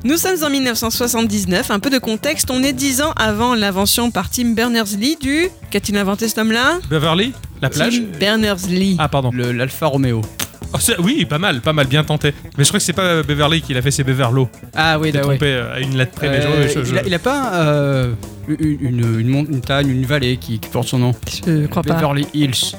Nous sommes en 1979, un peu de contexte, on est 10 ans avant l'invention par Tim Berners-Lee du... Qu'a-t-il inventé ce homme-là Beverly, la plage. Tim Berners-Lee. Ah pardon. Le- L'Alfa Romeo. Oh, c'est- oui, pas mal, pas mal, bien tenté. Mais je crois que c'est pas euh, Beverly qui l'a fait, c'est Beverlo. Ah oui, Il est d'accord. trompé euh, à une lettre près. mais je- Euh, je- je- il, a, il a pas euh, une, une- une montagne, une vallée qui, qui porte son nom. Je crois pas. Beverly Hills.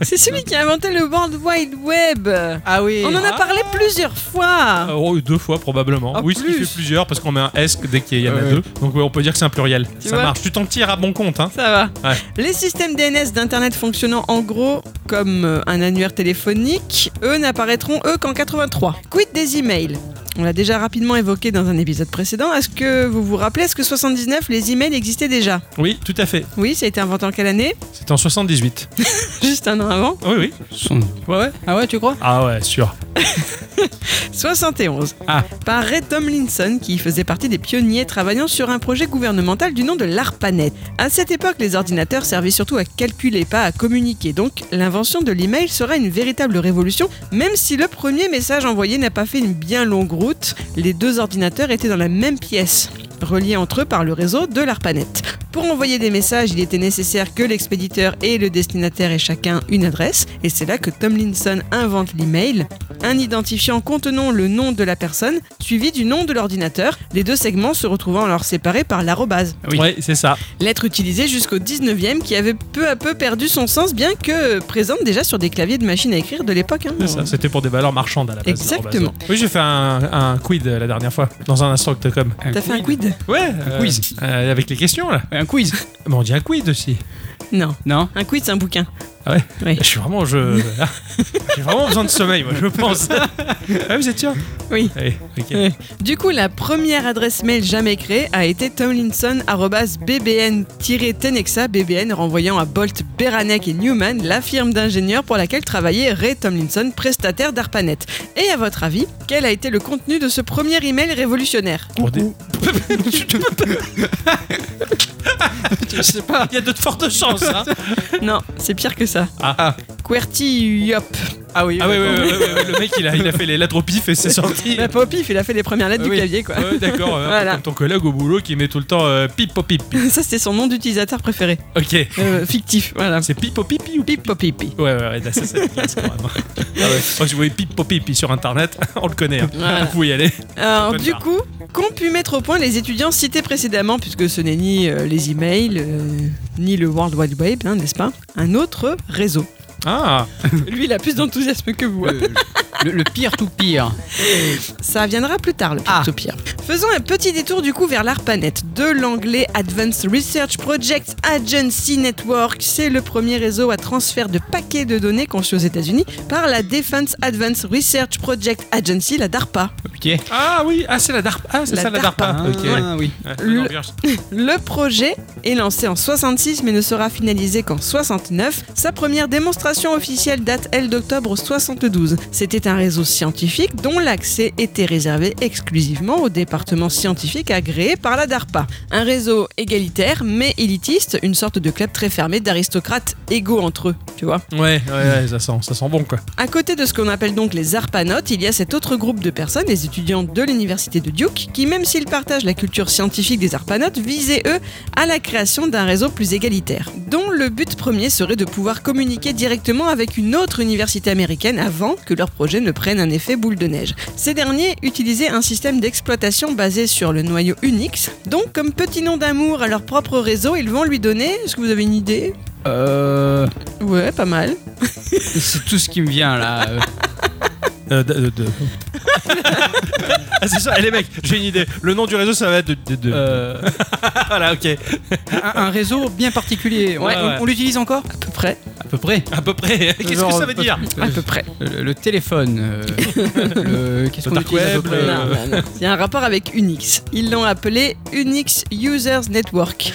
C'est celui qui a inventé le World Wide Web. Ah oui. On en a Ah. parlé plusieurs fois. Euh, oh, deux fois probablement. Ah, oui, ce qui plus. fait plusieurs parce qu'on met un S dès qu'il y en a Ouais. deux. Donc ouais, on peut dire que c'est un pluriel. Tu ça vois marche. Tu t'en tires à bon compte. Hein. Ça va. Ouais. Les systèmes DNS d'Internet fonctionnant en gros comme euh, un annuaire téléphonique, eux n'apparaîtront eux qu'en 83. Quid des emails On l'a déjà rapidement évoqué dans un épisode précédent. Est-ce que vous vous rappelez, est-ce que 79, les emails existaient déjà Oui, tout à fait. Oui, ça a été inventé en quelle année C'était en 78. Juste un an avant. Oui, oui. Son- Ouais, ouais. Ah ouais, tu crois Ah ouais, sûr. 71. Ah. Par Ray Tomlinson, qui faisait partie des pionniers travaillant sur un projet gouvernemental du nom de l'ARPANET. À cette époque, les ordinateurs servaient surtout à calculer, pas à communiquer. Donc, l'invention de l'email sera une véritable révolution, même si le premier message envoyé n'a pas fait une bien longue route. Les deux ordinateurs étaient dans la même pièce. reliés entre eux par le réseau de l'ARPANET. Pour envoyer des messages, il était nécessaire que l'expéditeur et le destinataire aient chacun une adresse, et c'est là que Tomlinson invente l'email, un identifiant contenant le nom de la personne suivi du nom de l'ordinateur, les deux segments se retrouvant alors séparés par l'arrobase. Oui. Ouais, c'est ça. Lettre utilisée jusqu'au 19e qui avait peu à peu perdu son sens, bien que euh, présente déjà sur des claviers de machines à écrire de l'époque. hein. C'est Oh. ça, C'était pour des valeurs marchandes à la base. Exactement. l'arobase. Oui, j'ai fait un, un quid euh, la dernière fois dans un instruct.com. T'as fait un quid Ouais, euh, quiz. euh, avec les questions là. Un quiz Mais on dit un quid aussi. Non. Non Un quid, c'est un bouquin. Ah ouais Oui. Je suis vraiment. Je... J'ai vraiment besoin de sommeil, moi, je pense. ah, vous êtes sûr Oui. Allez, ok. Ouais. Du coup, la première adresse mail jamais créée a été tomlinson-bbn-tenexa, BBN renvoyant à Bolt, Beranek et Newman, la firme d'ingénieurs pour laquelle travaillait Ray Tomlinson, prestataire d'ARPANET. Et à votre avis, quel a été le contenu de ce premier email révolutionnaire Coucou. Je sais pas. Ah, Il y a de fortes chances, hein Non, c'est pire que ça. Ah, ah. QWERTY, yop. Ah oui, Ah ouais, ouais, d'accord. ouais, ouais, ouais, ouais, le mec il a, il a fait les lettres au pif et c'est sorti. Bah, pas au pif, il a fait les premières lettres Oui. du clavier, quoi. Ouais, d'accord, euh, un peu Voilà. comme ton collègue au boulot qui met tout le temps euh, pipo pip. Ça, c'était son nom d'utilisateur préféré. Ok, Euh, fictif, voilà. c'est pipo pipi ou Pipo pipi. Ouais, ouais, ouais, ça c'est la classe, quand même. Ah ouais. Moi je voyais pipo pipi sur internet, on le connaît, hein. Voilà. vous pouvez y aller. Alors, Bonne du barre. coup, qu'ont pu mettre au point les étudiants cités précédemment, puisque ce n'est ni euh, les emails, euh, ni le World Wide Web, hein, n'est-ce pas Un autre réseau. Ah, Lui, il a plus d'enthousiasme que vous. hein. Euh, Le, le pire tout pire. Ça viendra plus tard, le Ah. peer-to-peer. Faisons un petit détour du coup vers l'ARPANET. De l'anglais Advanced Research Project Agency Network, c'est le premier réseau à transfert de paquets de données conçu aux États-Unis par la Defense Advanced Research Project Agency, la DARPA. Ok. ah oui, ah c'est la DARPA, ah, c'est La ça la DARPA. Ah, Ok. oui. Ouais, c'est Le- l'ambiance. Le projet est lancé en 66 mais ne sera finalisé qu'en 69. Sa première démonstration officielle date, elle, d'octobre 72. C'était un réseau scientifique dont l'accès était réservé exclusivement aux départements scientifiques agréés par la DARPA. Un réseau égalitaire mais élitiste, une sorte de club très fermé d'aristocrates égaux entre eux, tu vois. Ouais, ouais, ouais, ça sent, ça sent bon quoi. À côté de ce qu'on appelle donc les arpanotes, il y a cet autre groupe de personnes, les étudiants de l'université de Duke, qui même s'ils partagent la culture scientifique des arpanotes, visaient eux à la création d'un réseau plus égalitaire, dont le but premier serait de pouvoir communiquer directement avec une autre université américaine avant que leur projet ne prenne un effet boule de neige. Ces derniers utilisaient un système d'exploitation basé sur le noyau Unix, donc comme petit nom d'amour à leur propre réseau, ils vont lui donner, est-ce que vous avez une idée Euh, Ouais, pas mal. c'est tout ce qui me vient là. Euh, Euh, de- de- de- ah, c'est ça, Eh, les mecs, j'ai une idée. Le nom du réseau, ça va être de. de- de- euh, Voilà, ok. un, un réseau bien particulier. On- Ouais, on ouais. on l'utilise encore À peu près, À peu près. À peu près. Qu'est-ce que Genre, ça veut dire à peu près. Le, le téléphone. euh, le qu'est-ce qu'on Le dark utilise à peu web, près euh, Non, non, non. Il y a un rapport avec Unix. Ils l'ont appelé Unix Users Network,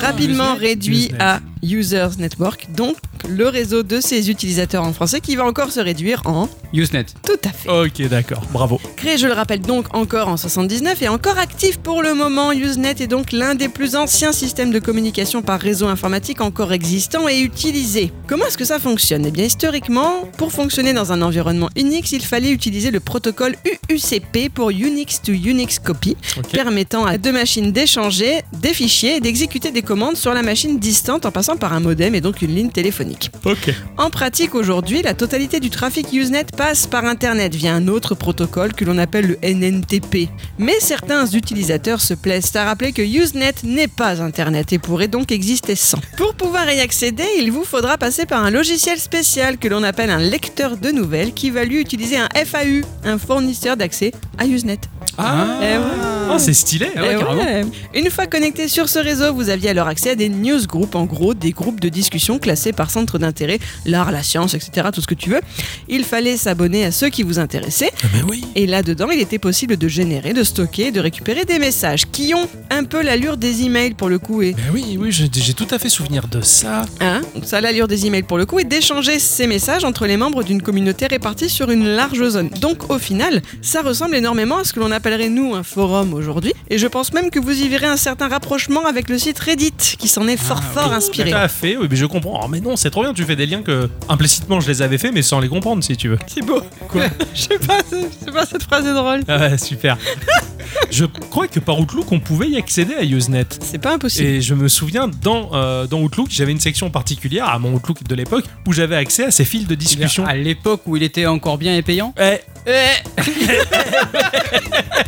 rapidement Usenet. réduit Usenet. à Users Network, donc le réseau de ses utilisateurs en français qui va encore se réduire en Usenet. tout à fait. Ok, d'accord, bravo. Créé, je le rappelle donc, encore en 79 et encore actif pour le moment, Usenet est donc l'un des plus anciens systèmes de communication par réseau informatique encore existants et utilisés. Comment est-ce que ça fonctionne Eh bien, historiquement, pour fonctionner dans un environnement Unix, il fallait utiliser le protocole UUCP pour Unix to Unix Copy, Ok. permettant à deux machines d'échanger des fichiers et d'exécuter des commandes sur la machine distante en passant par un modem et donc une ligne téléphonique. Ok. En pratique, aujourd'hui, la totalité du trafic Usenet passe par Internet via un autre protocole que l'on appelle le NNTP. Mais certains utilisateurs se plaisent à rappeler que Usenet n'est pas Internet et pourrait donc exister sans. Pour pouvoir y accéder, il vous faudra passer par un logiciel spécial que l'on appelle un lecteur de nouvelles qui va lui utiliser un FAU, un fournisseur d'accès à Usenet. Ah, Eh ouais. Ah, c'est stylé. Ah ouais, Eh ouais. carrément. Une fois connecté sur ce réseau, vous aviez alors accès à des newsgroups, en gros des groupes de discussion classés par centre d'intérêt, l'art, la science, etc., tout ce que tu veux. Il fallait s'abonner à ceux qui vous intéressaient, Ah, Mais oui. et là-dedans, il était possible de générer, de stocker, et de récupérer des messages qui ont un peu l'allure des emails pour le coup, et Mais oui, oui, j'ai j'ai tout à fait souvenir de ça. hein, ça a l'allure des emails pour le coup, et d'échanger ces messages entre les membres d'une communauté répartie sur une large zone. Donc au final, ça ressemble énormément à ce que l'on appellerait nous un forum aujourd'hui. Et je pense même que vous y verrez un certain rapprochement avec le site Reddit, qui s'en est fort Ah, ok. fort inspiré. Tout à fait, oui, mais je comprends. Oh, mais non, c'est trop bien, tu fais des liens que implicitement je les avais fait, mais sans les comprendre si tu veux. C'est beau. Quoi Je sais pas, c'est- je sais pas, cette phrase est drôle. Ah ouais, super. je crois que par Outlook, on pouvait y accéder à Usenet. C'est pas impossible. Et je me souviens dans, euh, dans Outlook, j'avais une section particulière à mon Outlook de l'époque où j'avais accès à ces fils de discussion. À l'époque où il était encore bien et payant. Eh, Euh, Eh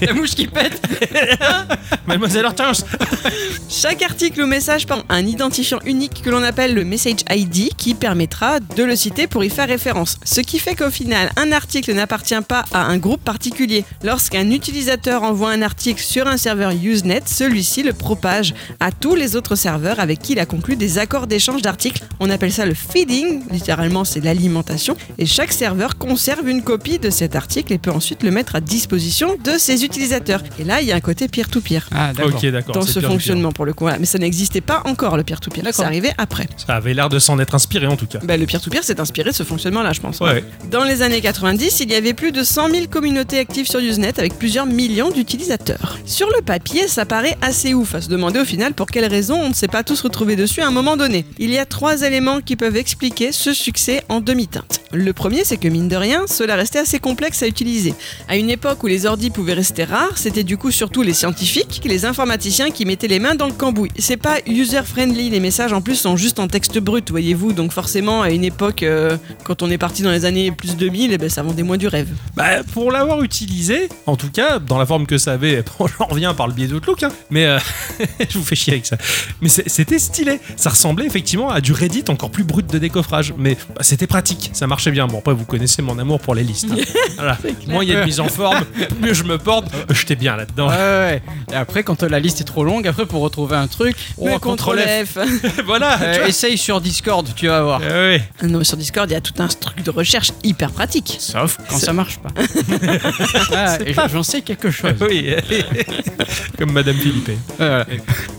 La mouche qui pète mademoiselle Hortense Chaque article ou message porte un identifiant unique que l'on appelle le message ID qui permettra de le citer pour y faire référence. Ce qui fait qu'au final, un article n'appartient pas à un groupe particulier. Lorsqu'un utilisateur envoie un article sur un serveur Usenet, celui-ci le propage à tous les autres serveurs avec qui il a conclu des accords d'échange d'articles. On appelle ça le feeding, littéralement c'est l'alimentation, et chaque serveur conserve une copie de cet article et peut ensuite le mettre à disposition de ses utilisateurs. Et là, il y a un côté peer-to-peer Ah d'accord. Ok, d'accord. dans c'est ce pire, fonctionnement pour le coup. Voilà. Mais ça n'existait pas encore le peer-to-peer. D'accord. C'est arrivé après. pire. Ça avait l'air de s'en être inspiré en tout cas. Bah, le peer-to-peer s'est inspiré de ce fonctionnement-là, je pense. hein. Ouais, ouais. Dans les années 90, il y avait plus de 100 000 communautés actives sur Usenet avec plusieurs millions d'utilisateurs. Sur le papier, ça paraît assez ouf à se demander au final pour quelles raisons on ne s'est pas tous retrouvés dessus à un moment donné. Il y a trois éléments qui peuvent expliquer ce succès en demi-teinte. Le premier, c'est que mine de rien, cela restait assez complexe à utiliser. À une époque où les ordi pouvaient rester rares, c'était du coup surtout les scientifiques et les informaticiens qui mettaient les mains dans le cambouis. C'est pas user-friendly, les messages en plus sont juste en texte brut, voyez-vous, donc forcément à une époque euh, quand on est parti dans les années plus 2000, eh ben, ça vendait moins du rêve. Bah, pour l'avoir utilisé, en tout cas, dans la forme que ça avait, bon, j'en reviens par le biais d'Outlook, hein, mais euh, je vous fais chier avec ça. Mais c'est- c'était stylé, ça ressemblait effectivement à du Reddit encore plus brut de décoffrage, mais bah, c'était pratique, ça marchait bien. Bon, après, vous connaissez mon amour pour les listes. hein. Voilà. Moins il y a de mise en forme, mieux je me porte, j'étais bien là-dedans. Ouais, ouais. Et après, quand euh, la liste est trop longue, après pour retrouver un truc, on Mais va contrôle contrôler. F. voilà, tu vois. essaye sur Discord, tu vas voir. Eh oui. Ah non, mais sur Discord, il y a tout un truc de recherche hyper pratique. Sauf Quand ça marche pas. Ah, et J'en sais quelque chose. Oui, comme Madame Philippe. Voilà.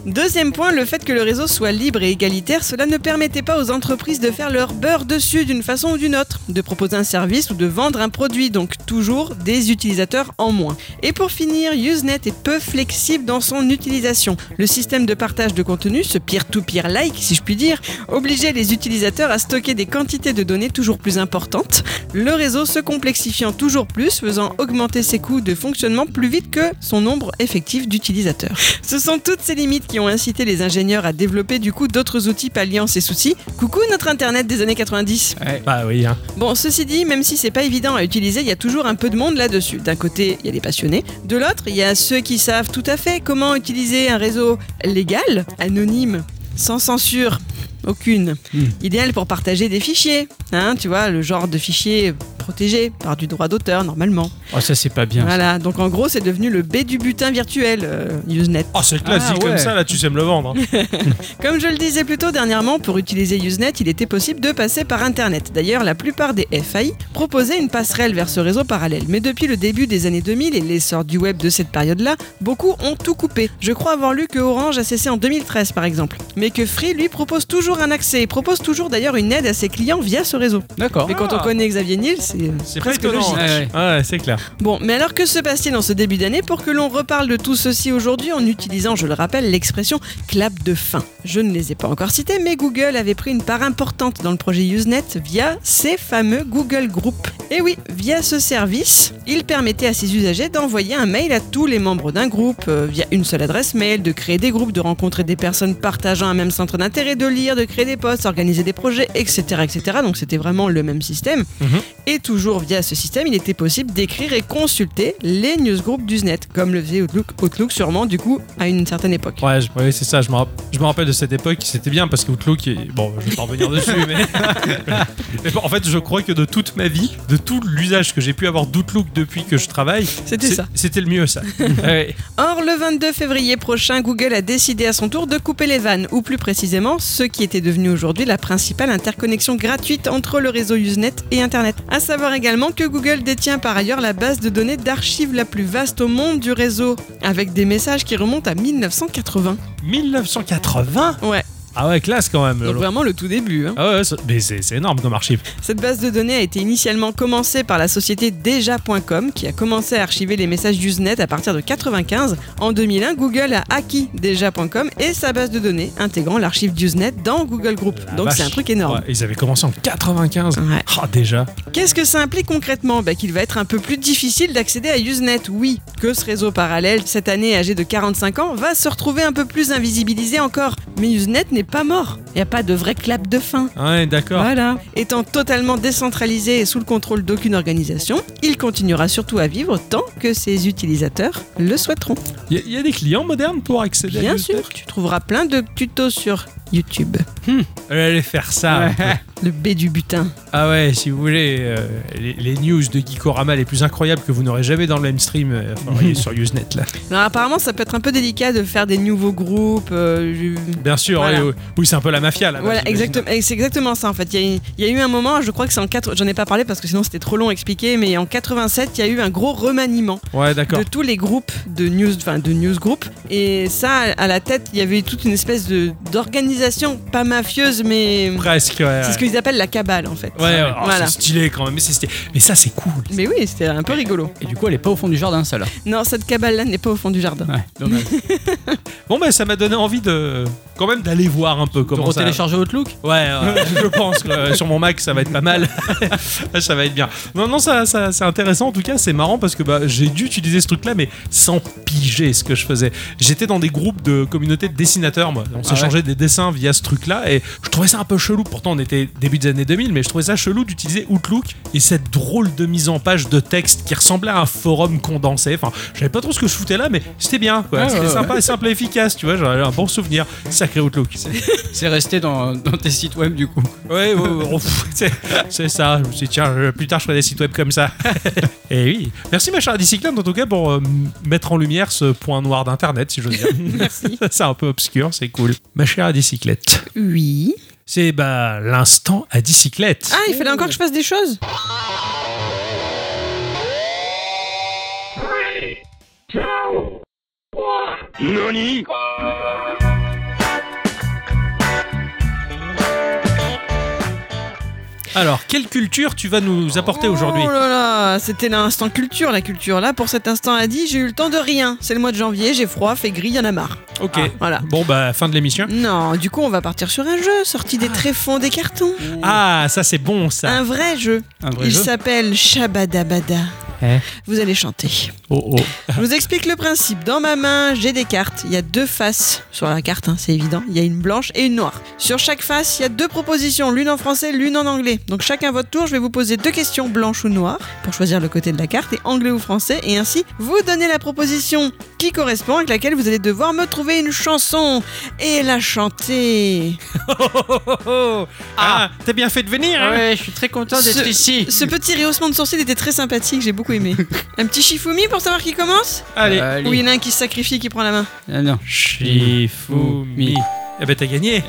Deuxième point, le fait que le réseau soit libre et égalitaire, cela ne permettait pas aux entreprises de faire leur beurre dessus d'une façon ou d'une autre, de proposer un service ou de vendre un produit, donc toujours des utilisateurs en moins. Et pour finir, Usenet est peu flexible dans son utilisation. Le système de partage de contenu, ce peer-to-peer like si je puis dire, obligeait les utilisateurs à stocker des quantités de données toujours plus importantes, le réseau se complexifiant toujours plus, faisant augmenter ses coûts de fonctionnement plus vite que son nombre effectif d'utilisateurs. Ce sont toutes ces limites qui ont incité les ingénieurs à développer du coup d'autres outils palliant ces soucis. Coucou notre internet des années 90. Bah oui, hein. Bon, ceci dit, même si c'est pas évident à utiliser, il y a toujours un peu de monde là-dessus. D'un côté, il y a les passionnés, de l'autre, il y a ceux qui savent tout à fait comment utiliser un réseau légal, anonyme, sans censure. Aucune. Hmm. Idéal pour partager des fichiers, hein, tu vois, le genre de fichiers protégés par du droit d'auteur normalement. Oh, ça c'est pas bien. Voilà, donc en gros c'est devenu le B du butin virtuel, euh, Usenet. Oh, c'est classique Ah, ouais. comme ça, là, tu sais me le vendre. hein. Comme je le disais plus tôt dernièrement, pour utiliser Usenet, il était possible de passer par Internet. D'ailleurs, la plupart des FAI proposaient une passerelle vers ce réseau parallèle. Mais depuis le début des années 2000 et l'essor du web de cette période-là, beaucoup ont tout coupé. Je crois avoir lu que Orange a cessé en 2013 par exemple. Mais que Free lui propose toujours un accès et propose toujours d'ailleurs une aide à ses clients via ce réseau. D'accord. Ah. Mais quand on connaît Xavier Niel, c'est C'est pas presque étonnant, logique. hein. Ouais, Ouais, c'est clair. Bon, mais alors que se passe-t-il dans ce début d'année pour que l'on reparle de tout ceci aujourd'hui en utilisant, je le rappelle, l'expression clap de fin Je ne les ai pas encore cités, mais Google avait pris une part importante dans le projet Usenet via ces fameux Google Group. Et oui, via ce service, il permettait à ses usagers d'envoyer un mail à tous les membres d'un groupe euh, via une seule adresse mail, de créer des groupes, de rencontrer des personnes partageant un même centre d'intérêt, de lire, de créer des posts, organiser des projets, etc. etc. Donc c'était vraiment le même système. Et toujours via ce système, il était possible d'écrire et consulter les newsgroups d'Usenet, comme le faisait Outlook, Outlook sûrement du coup à une certaine époque. Ouais, je- ouais, c'est ça, je me, rapp- je me rappelle de cette époque, c'était bien parce que Outlook, est- bon, je vais pas revenir dessus, mais... mais bon, en fait, je crois que de toute ma vie, de tout l'usage que j'ai pu avoir d'Outlook depuis que je travaille, C'était c'est- ça. C'était le mieux, ça. Ouais. Or, le 22 février prochain, Google a décidé à son tour de couper les vannes, ou plus précisément, ce qui était devenu aujourd'hui la principale interconnexion gratuite entre le réseau Usenet et Internet. À savoir également que Google détient par ailleurs la base de données d'archives la plus vaste au monde du réseau, avec des messages qui remontent à 1980. 1980 Ouais. Ah ouais, classe quand même. Donc vraiment le tout début. hein. Ah ouais, ça- mais c'est c'est énorme comme archive. Cette base de données a été initialement commencée par la société Déjà.com qui a commencé à archiver les messages Usenet à partir de 95. En 2001, Google a acquis Déjà.com et sa base de données, intégrant l'archive d'Usenet dans Google Group. La Donc c'est vache. un truc énorme. Ouais, ils avaient commencé en 95. Ouais. Ah déjà. Qu'est-ce que ça implique concrètement bah, Qu'il va être un peu plus difficile d'accéder à Usenet, oui. Que ce réseau parallèle, cette année âgé de 45 ans, va se retrouver un peu plus invisibilisé encore. Mais Usenet n'est pas mort. Il n'y a pas de vrai clap de fin. Ouais, d'accord. Voilà. Étant totalement décentralisé et sous le contrôle d'aucune organisation, il continuera surtout à vivre tant que ses utilisateurs le souhaiteront. Il y a- il y, a des clients modernes pour accéder à Bien Usenet sûr, tu trouveras plein de tutos sur YouTube. Allez faire ça. Le B du butin. Ah ouais, si vous voulez, euh, les, les news de Geekorama les plus incroyables que vous n'aurez jamais dans le mainstream, euh, enfin, vous voyez sur Usenet là. Alors apparemment, ça peut être un peu délicat de faire des nouveaux groupes. euh, je- Bien sûr, Voilà. ouais, ouais. oui, c'est un peu la mafia là. Voilà, Ah, bah, j'imagine. exactement. et C'est exactement ça en fait. Il y, a eu- il y a eu un moment, je crois que c'est en 4. J'en ai pas parlé parce que sinon c'était trop long à expliquer, mais en 87, il y a eu un gros remaniement Ouais, d'accord. de tous les groupes de news, enfin de news group. Et ça, à la tête, il y avait toute une espèce de d'organisation pas mafieuse, mais Presque, ouais. c'est ce ouais. qu'ils appellent la cabale en fait. Ouais, ouais, oh, voilà. c'est stylé quand même. Mais, c'est stylé. mais ça, c'est cool. Mais oui, c'était un peu rigolo. Et du coup, elle est pas au fond du jardin, celle-là. Non, cette cabale-là n'est pas au fond du jardin. Ouais, dommage. Bon, bah, ça m'a donné envie de. quand même d'aller voir un peu Pour comment ça. télécharger Outlook Ouais, ouais, Hein. je pense que sur mon Mac ça va être pas mal. ça va être bien. Non, non, ça, ça- c'est intéressant en tout cas, c'est marrant parce que bah, j'ai dû utiliser ce truc-là, mais sans piger ce que je faisais. J'étais dans des groupes de communautés de dessinateurs, moi. Ah On s'échangeait des dessins via ce truc-là et je trouvais ça un peu chelou. Pourtant, on était début des années 2000, mais je trouvais ça chelou d'utiliser Outlook et cette drôle de mise en page de texte qui ressemblait à un forum condensé. Enfin, je savais pas trop ce que je foutais là, mais c'était bien, quoi. Ah, c'était ouais, sympa et simple et efficace, tu vois. J'en avais un bon souvenir. Sacré Outlook. c'est- C'est resté dans, dans tes sites web, du coup. Ouais, ouais, ouais, on- c'est- c'est ça. Je me suis dit, tiens, euh, plus tard, je ferai des sites web comme ça. Et oui. Merci, ma chère Dicyclone, en tout cas, pour euh, m- mettre en lumière ce point noir d'Internet, si j'ose dire. Merci. c'est un peu obscur, c'est cool. Ma chère Dicyclette, Oui. c'est bah, l'instant à Dicyclette. Ah, il fallait encore que je fasse des choses Alors, quelle culture tu vas nous apporter aujourd'hui Oh là là, c'était l'instant culture, la culture. Là, pour cet instant a dit, j'ai eu le temps de rien. C'est le mois de janvier, j'ai froid, fait gris, y en a marre. Ok. Voilà. Mm. Bon, bah, fin de l'émission. Non, du coup, on va partir sur un jeu sorti des tréfonds des cartons. Ah, ça, c'est bon, Ah. ça. Un vrai jeu. Un vrai Il jeu. s'appelle Shabadabada. Eh. Vous allez chanter. Oh, oh. Je vous explique le principe. Dans ma main, j'ai des cartes. Il y a deux faces sur la carte, hein, c'est évident. Il y a une blanche et une noire. Sur chaque face, il y a deux propositions, l'une en français, l'une en anglais. Donc chacun votre tour, je vais vous poser deux questions, blanche ou noire, pour choisir le côté de la carte, et anglais ou français, et ainsi vous donnez la proposition qui correspond, avec laquelle vous allez devoir me trouver une chanson et la chanter. Ah, t'as bien fait de venir, hein Ouais, je suis très content d'être Ce- ici. Ce petit rehaussement de sourcil était très sympathique, j'ai beaucoup aimé. Un petit chifoumi pour savoir qui commence Allez. Euh, Ou il y en a un qui se sacrifie, qui prend la main Ah, non. Shifumi. Eh ben, t'as gagné.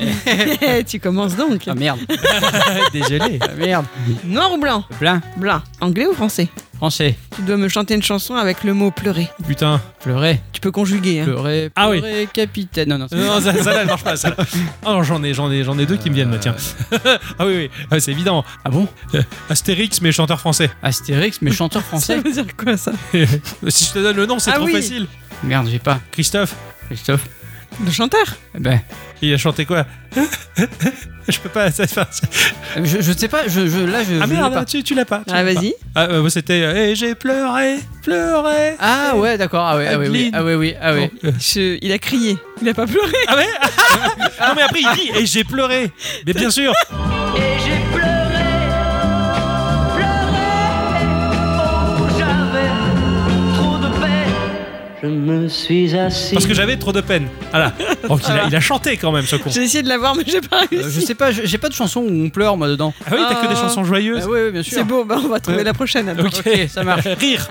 Eh, Tu commences donc. Ah merde. Désolé. Ah, merde. Noir ou blanc Plein. Blanc. Anglais ou français Français. Tu dois me chanter une chanson avec le mot pleurer. Putain. Pleurer. Tu peux conjuguer. Hein. Pleurer. Ah oui. pleurer, capitaine. Non, non, c'est Non, ça, ça, là, elle marche pas, ça. là. Oh, non, j'en ai, j'en ai, j'en ai deux qui me viennent, moi, tiens. ah oui, oui, ah, c'est évident. Ah bon Astérix, mais chanteur français. Astérix, mais chanteur Ça français veut dire quoi ça si je te donne le nom, c'est Ah trop oui. facile. Merde, j'ai pas. Christophe, Christophe Le chanteur Eh Ben, il a chanté quoi Je peux pas. ça- ça- ça- je, je sais pas, je, je- là, je. Ah je l'ai merde, pas. tu, tu l'as pas. tu l'as Ah vas-y. pas. Ah, euh, c'était. euh, Eh, j'ai pleuré, pleuré. Ah ouais, d'accord, ah ouais, ah ouais, oui, Adeline. ah ouais, oui, ah ouais. Bon, euh, Je- Il a crié. Il a pas pleuré. ah ouais Non, mais après, il dit Et j'ai pleuré. Mais bien sûr. Et j'ai pleuré, pleuré, oh j'avais trop de peine. Je me suis assis. Parce que j'avais trop de peine. Voilà. Donc, il, a, il a chanté quand même, ce con. J'ai essayé de l'avoir mais j'ai pas Euh, je réussi. sais pas, je- j'ai pas de chanson où on pleure, moi, dedans. Ah oui, t'as que des Oh. Ah. chansons Ah joyeuses. ouais, ouais, bien sûr. C'est beau, bah on va trouver Ouais. la prochaine. alors. Ok, ça Ah marche. Rire.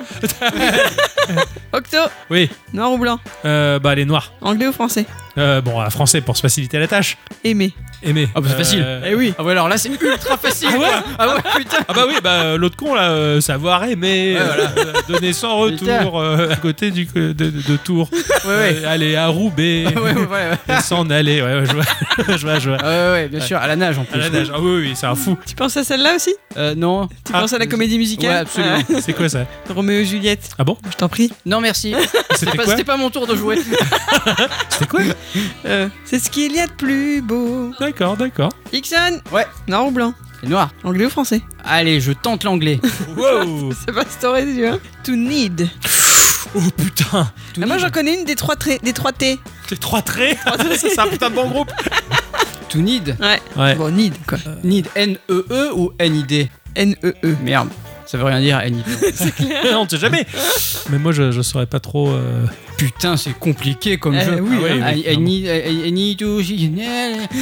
Octo, Oui. noir ou blanc Euh, bah, les noirs. Anglais ou français Euh, bon, à français pour se faciliter la tâche. Aimé. aimé. Ah bah c'est Euh, facile. Eh oui. Ah ouais, alors là c'est ultra facile. Ah ouais quoi. Ah ouais, putain. Ah bah oui, bah euh, l'autre con là, euh, savoir aimer, Ouais, voilà. euh, donner sans Putain. retour euh, à côté du de, de, de Tours, Ouais ouais. Euh, aller à Roubaix, Ouais, ouais, ouais, ouais. et s'en aller. Ouais, ouais, je vois, je vois, je vois. Ah ouais, ouais, bien sûr, à la nage en À plus. la nage. Ah oui, oui, c'est un fou. Tu penses à celle-là aussi Euh, non. Tu Ah. penses à la comédie musicale Ouais, absolument. C'est quoi ça Ah, Roméo et Juliette. Ah bon Je t'en prie. Non, merci. C'était Pas- quoi C'était pas mon tour de jouer. C'était quoi Euh, c'est ce qu'il y a de plus beau. D'accord, d'accord. Ixon Ouais. Noir ou blanc C'est noir. Anglais ou français Allez, je tente l'anglais. Wow C'est pas si t'aurais dit, hein To need. Oh putain To Ah, moi need. j'en connais une des trois, tra- des trois T. Les trois traits Ah, C'est un putain de bon groupe To need. Ouais. Euh, Ouais. Bon, need quoi. E Need N-E-E ou N-I-D N-E-E. Merde. Ça veut rien dire, N-I-D. On ne sait jamais Mais moi, je, je saurais pas trop. euh, Putain, c'est compliqué comme Eh jeu. oui, Ah hein. oui, oui, I, I need, I, I need to...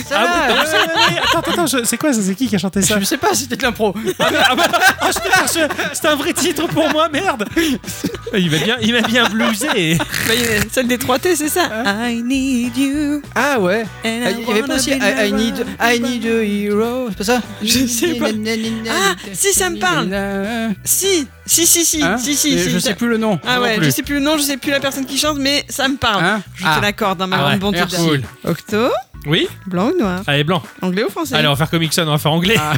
Ça Ah va, oui, euh, non, c'est- attends, attends, attends, je- c'est quoi ça C'est qui qui a chanté ça Je sais pas, c'était de l'impro. Ah bah, ah, j'étais persuadé- C'était un vrai titre pour moi, merde Il m'a bien, il m'a bien blusé Bah, il y a celle des trois T, c'est ça. I need you. Ah ouais. and I Il y avait pas wanna aussi be I, I loved need, by- I need a hero. C'est pas ça Je sais pas. Ah, si, ça me parle. Si, si, si, si, Hein si, si, Mais si, Je ça- sais plus le nom. Ah non ouais, plus. je sais plus le nom, je sais plus la personne qui chante, mais ça me parle. Hein Je Ah. te l'accorde, hein, ma grande bonté. merci. d'âme. Octo, Oui blanc ou noir Allez, Ah, blanc. Anglais ou français Allez, on va faire comme Ixon, on va faire anglais. Ah.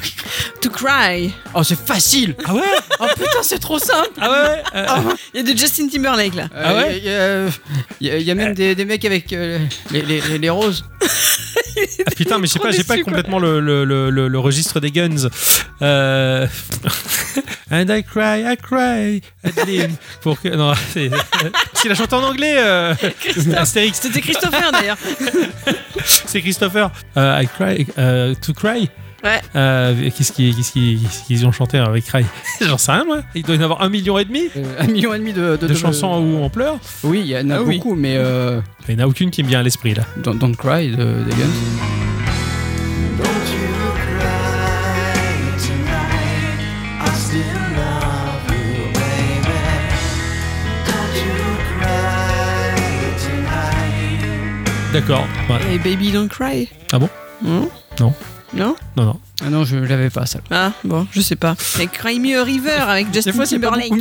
To cry. Oh, c'est facile. Ah ouais Oh putain, c'est trop simple. Ah ouais, ouais, euh, Il y a de Justin Timberlake là. Euh. Ah ouais Il y, a- y a même des, des mecs avec euh, les, les, les- les roses. ah, Putain, mais j'ai Trop pas, j'ai déçu, pas quoi. complètement le, le, le, le- le registre des guns. Euh... And I cry, I cry, Adeline. Pour que. Non, c'est. S'il a chanté en anglais, euh... Astérix, C'était Christopher d'ailleurs. c'est Christopher. Euh, I cry, euh, to cry. Ouais. Euh, qu'est-ce qu'ils qu'est-ce qu'ils- qu'est-ce qu'ils ont chanté avec Cry J'en sais rien, moi. Il doit y en avoir un million et demi Euh, un million et demi de, de- de de- chansons où on pleure. Oui, il y en a Ah oui. beaucoup, mais euh, Il n'y en a aucune qui me vient à l'esprit, là. don't, Don't Cry de, des Guns. D'accord. Ouais. Et Baby Don't Cry. Ah bon Non Non. Non Non, non. Ah non, je l'avais pas, ça. Ah bon, je sais pas. C'est Cry Me a River avec Justin Timberlake.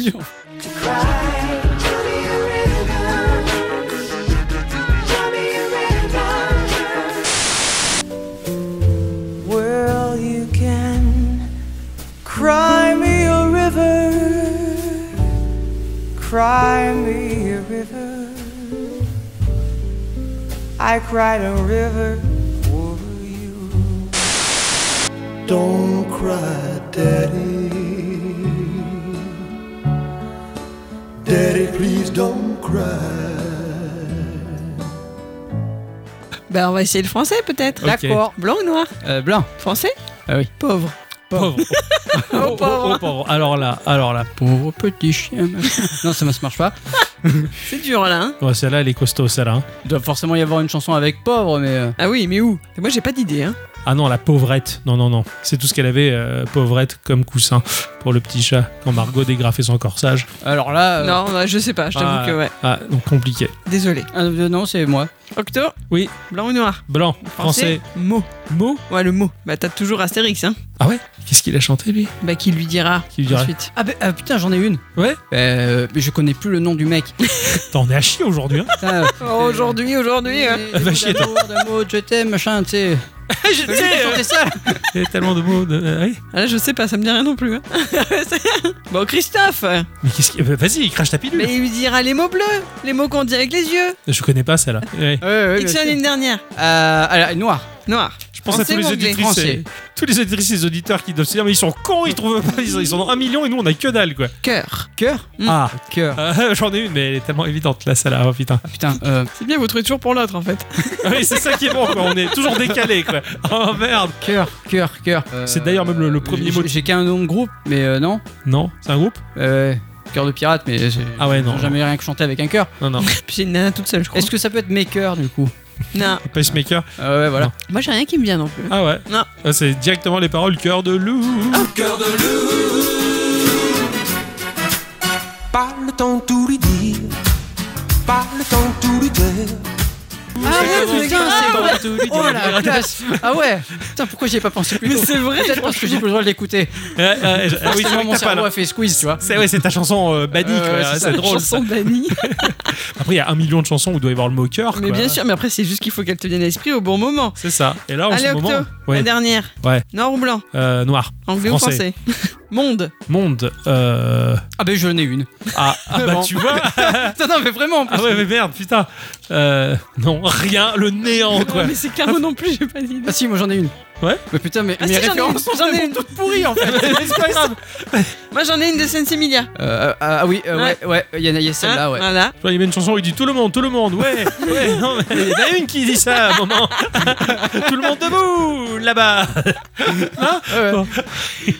Well, you can cry me a river, cry me a river. I cried a river over you. Don't cry, daddy. Daddy, please don't cry. Bah on va essayer le français peut-être. Ok. D'accord. Blanc ou noir Euh, blanc. Français Ah oui. Pauvre. Pauvre. Oh, oh, oh, pauvre. Alors là, alors là. Pauvre petit chien. machin. non, ça ne marche pas. C'est dur là. Hein Ouais, celle-là, elle est costaud, celle-là. hein. Il doit forcément y avoir une chanson avec pauvre, mais. euh, ah oui, mais où Moi j'ai pas d'idée. Hein. Ah non, la pauvrette. Non, non, non. C'est tout ce qu'elle avait, euh, pauvrette, comme coussin pour le petit chat, quand Margot dégrafait son corsage. Alors là. euh, Non, bah, je sais pas. Je t'avoue Ah. que ouais. Ah, donc compliqué. Désolé. ah, euh, non, c'est moi. Octo. Oui. Blanc ou noir Blanc, français, Mot. mot. Ouais le mot. Bah t'as toujours Astérix hein. Ah ouais Qu'est-ce qu'il a chanté, lui Bah qui lui dira. Qui lui dira. Ensuite. Ah, bah, ah, putain, j'en ai une. Ouais Euh, mais je connais plus le nom du mec. Putain, on est à chier aujourd'hui, hein Putain, euh, Oh, aujourd'hui, aujourd'hui. hein. Des- des Va mots chier, toi. d'amour, d'amour, je t'aime, machin, tu sais. Je Celui qui euh. chantait ça. Il y a tellement de mots. de- euh, oui. Ah, là je sais pas, ça me dit rien non plus. hein. bon Christophe. Mais qu'est-ce qu'il. bah, Vas-y, crache ta pilule. Mais il lui dira les mots bleus, les mots qu'on dit avec les yeux. Je connais pas celle-là. Ouais. Ouais, ouais, bien euh, Ixon sûr. une dernière. Euh, alors, noir. Noir. Je pense à Français tous les ou anglais auditrices et, Français. tous les auditrices et les auditeurs qui doivent se dire mais ils sont cons, ils trouvent pas, ils, ils en ont un million et nous on a que dalle quoi. Cœur. Cœur Mm. Ah, Cœur. euh, j'en ai une mais elle est tellement évidente là celle-là, oh, putain. Ah, putain, euh, C'est bien, vous trouvez toujours pour l'autre en fait. Ah oui, c'est ça qui est bon quoi, on est toujours décalé quoi. Oh merde. cœur, cœur, cœur. Euh, C'est d'ailleurs même le- le premier j'ai- mot de- J'ai qu'un nom de groupe, mais euh, non. Non, c'est un groupe Euh, cœur de pirate, mais j'ai- Ah ouais, j'ai non. jamais rien que chanté avec un cœur. Non non, Puis c'est une nana toute seule, je crois. Est-ce que ça peut être mes cœurs du coup Non. pacemaker. Euh, Ouais, voilà. Moi, j'ai rien qui me vient non plus. Ah ouais. Non. Ah, C'est directement les paroles cœur de loup. Pas le temps de tout lui dire, pas le temps de tout lui dire. Arrête, mais putain, grave. c'est drôle. Oh la Ouais, classe Ah ouais Putain, pourquoi j'y ai pas pensé plus Mais tôt c'est vrai, Peut-être parce que j'ai plus le droit de l'écouter. ouais, ouais, ah oui, c'est vrai Forcément, que mon t'as pas, cerveau là. a fait squeeze, tu vois. C'est ouais, c'est ta chanson euh, bannie, Ouais, quoi. ouais, c'est c'est drôle. ça. chanson bannie. Après, il y a un million de chansons où il doit y avoir le mot cœur. Mais quoi. bien sûr, mais après, c'est juste qu'il faut qu'elle te vienne à l'esprit au bon moment. C'est ça. Et là, Ah, en Allez, ce Octo, moment, la ouais, dernière. Ouais. Noir ou blanc euh, noir, Anglais Français. ou français Monde. monde. euh, Ah ben j'en ai une. Ah, ah, bah Bon. tu vois. Putain, non, mais vraiment en plus. Ah ouais, mais merde, putain. Euh, non, rien, le néant, quoi. mais c'est Caro non plus, j'ai pas d'idée. Ah si, moi j'en ai une. Ouais. Euh, Mais putain, mais Ah mes si, j'en ai une, références sont j'en ai vraiment une. toutes pourries en fait. c'est pas grave. Moi, j'en ai une de Sensimilia. Euh, ah ah oui, euh, ouais, ouais, il y en a, il y a celle-là, Hein, ouais. Voilà. Tu vois, il met une chanson où il dit tout le monde, tout le monde, ouais, ouais, non, mais il y en a une qui dit ça à un moment. tout le monde debout, là-bas. ah. Ouais, ouais.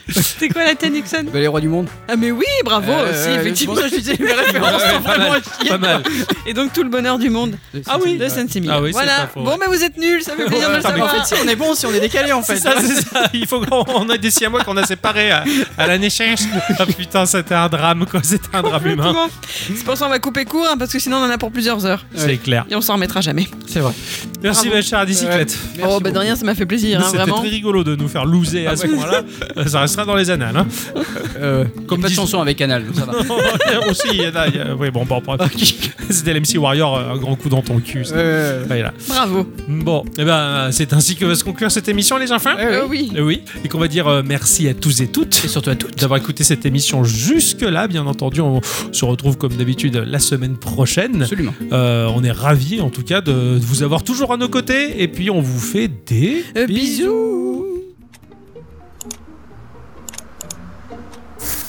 C'était quoi la tienne, Ixon Bah, les rois du monde. Ah, mais oui, bravo Euh, aussi, euh, effectivement. c'est pour ça que je disais, mes références Ouais, sont Ah ouais, pas vraiment mal, à chier. Pas mal. Et donc, tout le bonheur du monde. Ah oui. De Sensimilia. Ah oui, c'est voilà. pas faux, Bon, ouais. mais vous êtes nuls, ça fait Ouais, plaisir de le Putain, mais en savoir. fait, si on est bon, si on est décalé en C'est fait. ça, c'est ça. Il faut qu'on on a des siamois qu'on a séparés à, à la naissance. Ah putain, c'était un drame, quoi. C'était un drame humain. Complètement. C'est pour ça qu'on va couper court, hein, parce que sinon, on en a pour plusieurs heures. C'est clair. Et on s'en remettra jamais. C'est vrai. Merci, Bravo. ma chère bicyclette. oh, bah, de rien, ça m'a fait plaisir, hein, C'était vraiment. très rigolo de nous faire loser à ce moment-là. Euh, Ça restera dans les annales. Hein. Comme Euh, pas de disent- chanson avec Canal, ça va. Aussi, il y en a. il y a- Oui, bon, bon, bref. C'était l'MC Warrior, euh, un grand coup dans ton cul. c'était- Euh, Ouais, là. Bravo. Bon, eh ben, c'est ainsi que va se conclure cette émission, les enfants. Eh oui. Euh, oui. Eh oui, et qu'on va dire euh, merci à tous et toutes Et surtout à toutes. d'avoir écouté cette émission jusque-là. Bien entendu, on se retrouve comme d'habitude la semaine prochaine. Absolument. Euh, on est ravis en tout cas de vous avoir toujours à nos côtés. Et puis on vous fait des Euh, bisous.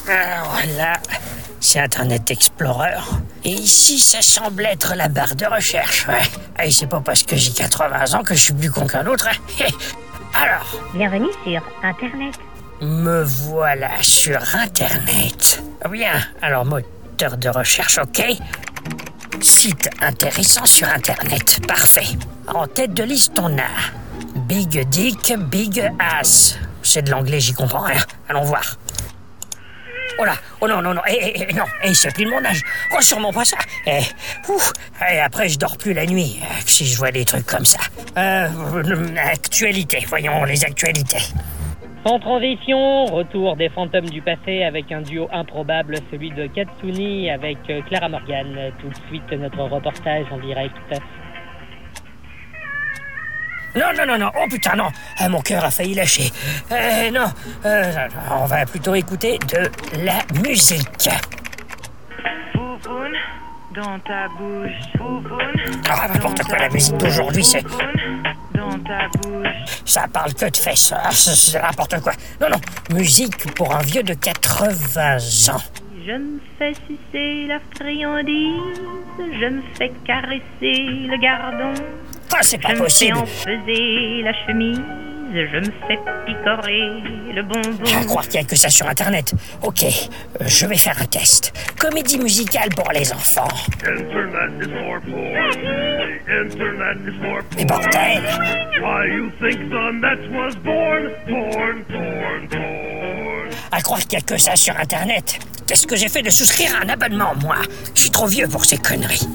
Alors là, Ah, c'est Internet Explorer. Et ici, ça semble être la barre de recherche, ouais. Et c'est pas parce que j'ai 80 ans que je suis plus con qu'un autre. hein. Alors, Bienvenue sur Internet. me voilà sur Internet. Ah Bien, alors moteur de recherche, ok. Site intéressant sur Internet, parfait. En tête de liste, on a Big Dick, Big Ass. C'est de l'anglais, j'y comprends rien. Allons voir. Oh là, oh non, non, non, eh, eh, eh, non, eh, c'est pile mon âge. Oh, sûrement pas ça. Eh, ouf, eh, après, je dors plus la nuit euh, si je vois des trucs comme ça. Euh, actualité, voyons les actualités. Sans transition, retour des fantômes du passé avec un duo improbable, celui de Katsuni avec euh, Clara Morgan. Tout de suite, notre reportage en direct. Non, non, non, non, oh putain, non, Ah, mon cœur a failli lâcher. Euh, non, euh, non, non, on va plutôt écouter de la musique. dans ta bouche. Bouboune, Ah, n'importe quoi, la musique d'aujourd'hui, c'est. bouboune, dans ta bouche. Ça parle que de fesses. Ah, c'est c'est n'importe quoi. Non, non, musique pour un vieux de 80 ans. Je me fais sucer la friandise. Je me fais caresser le gardon. Ah, c'est pas je me fais possible. enfaiser la chemise. Je me fais picorer le À bonbon. croire qu'il n'y a que ça sur Internet. Ok, euh, je vais faire un test. Comédie musicale pour les enfants. Mais bordel À croire qu'il n'y a que ça sur Internet. Qu'est-ce que j'ai fait de souscrire à un abonnement, moi Je suis trop vieux pour ces conneries.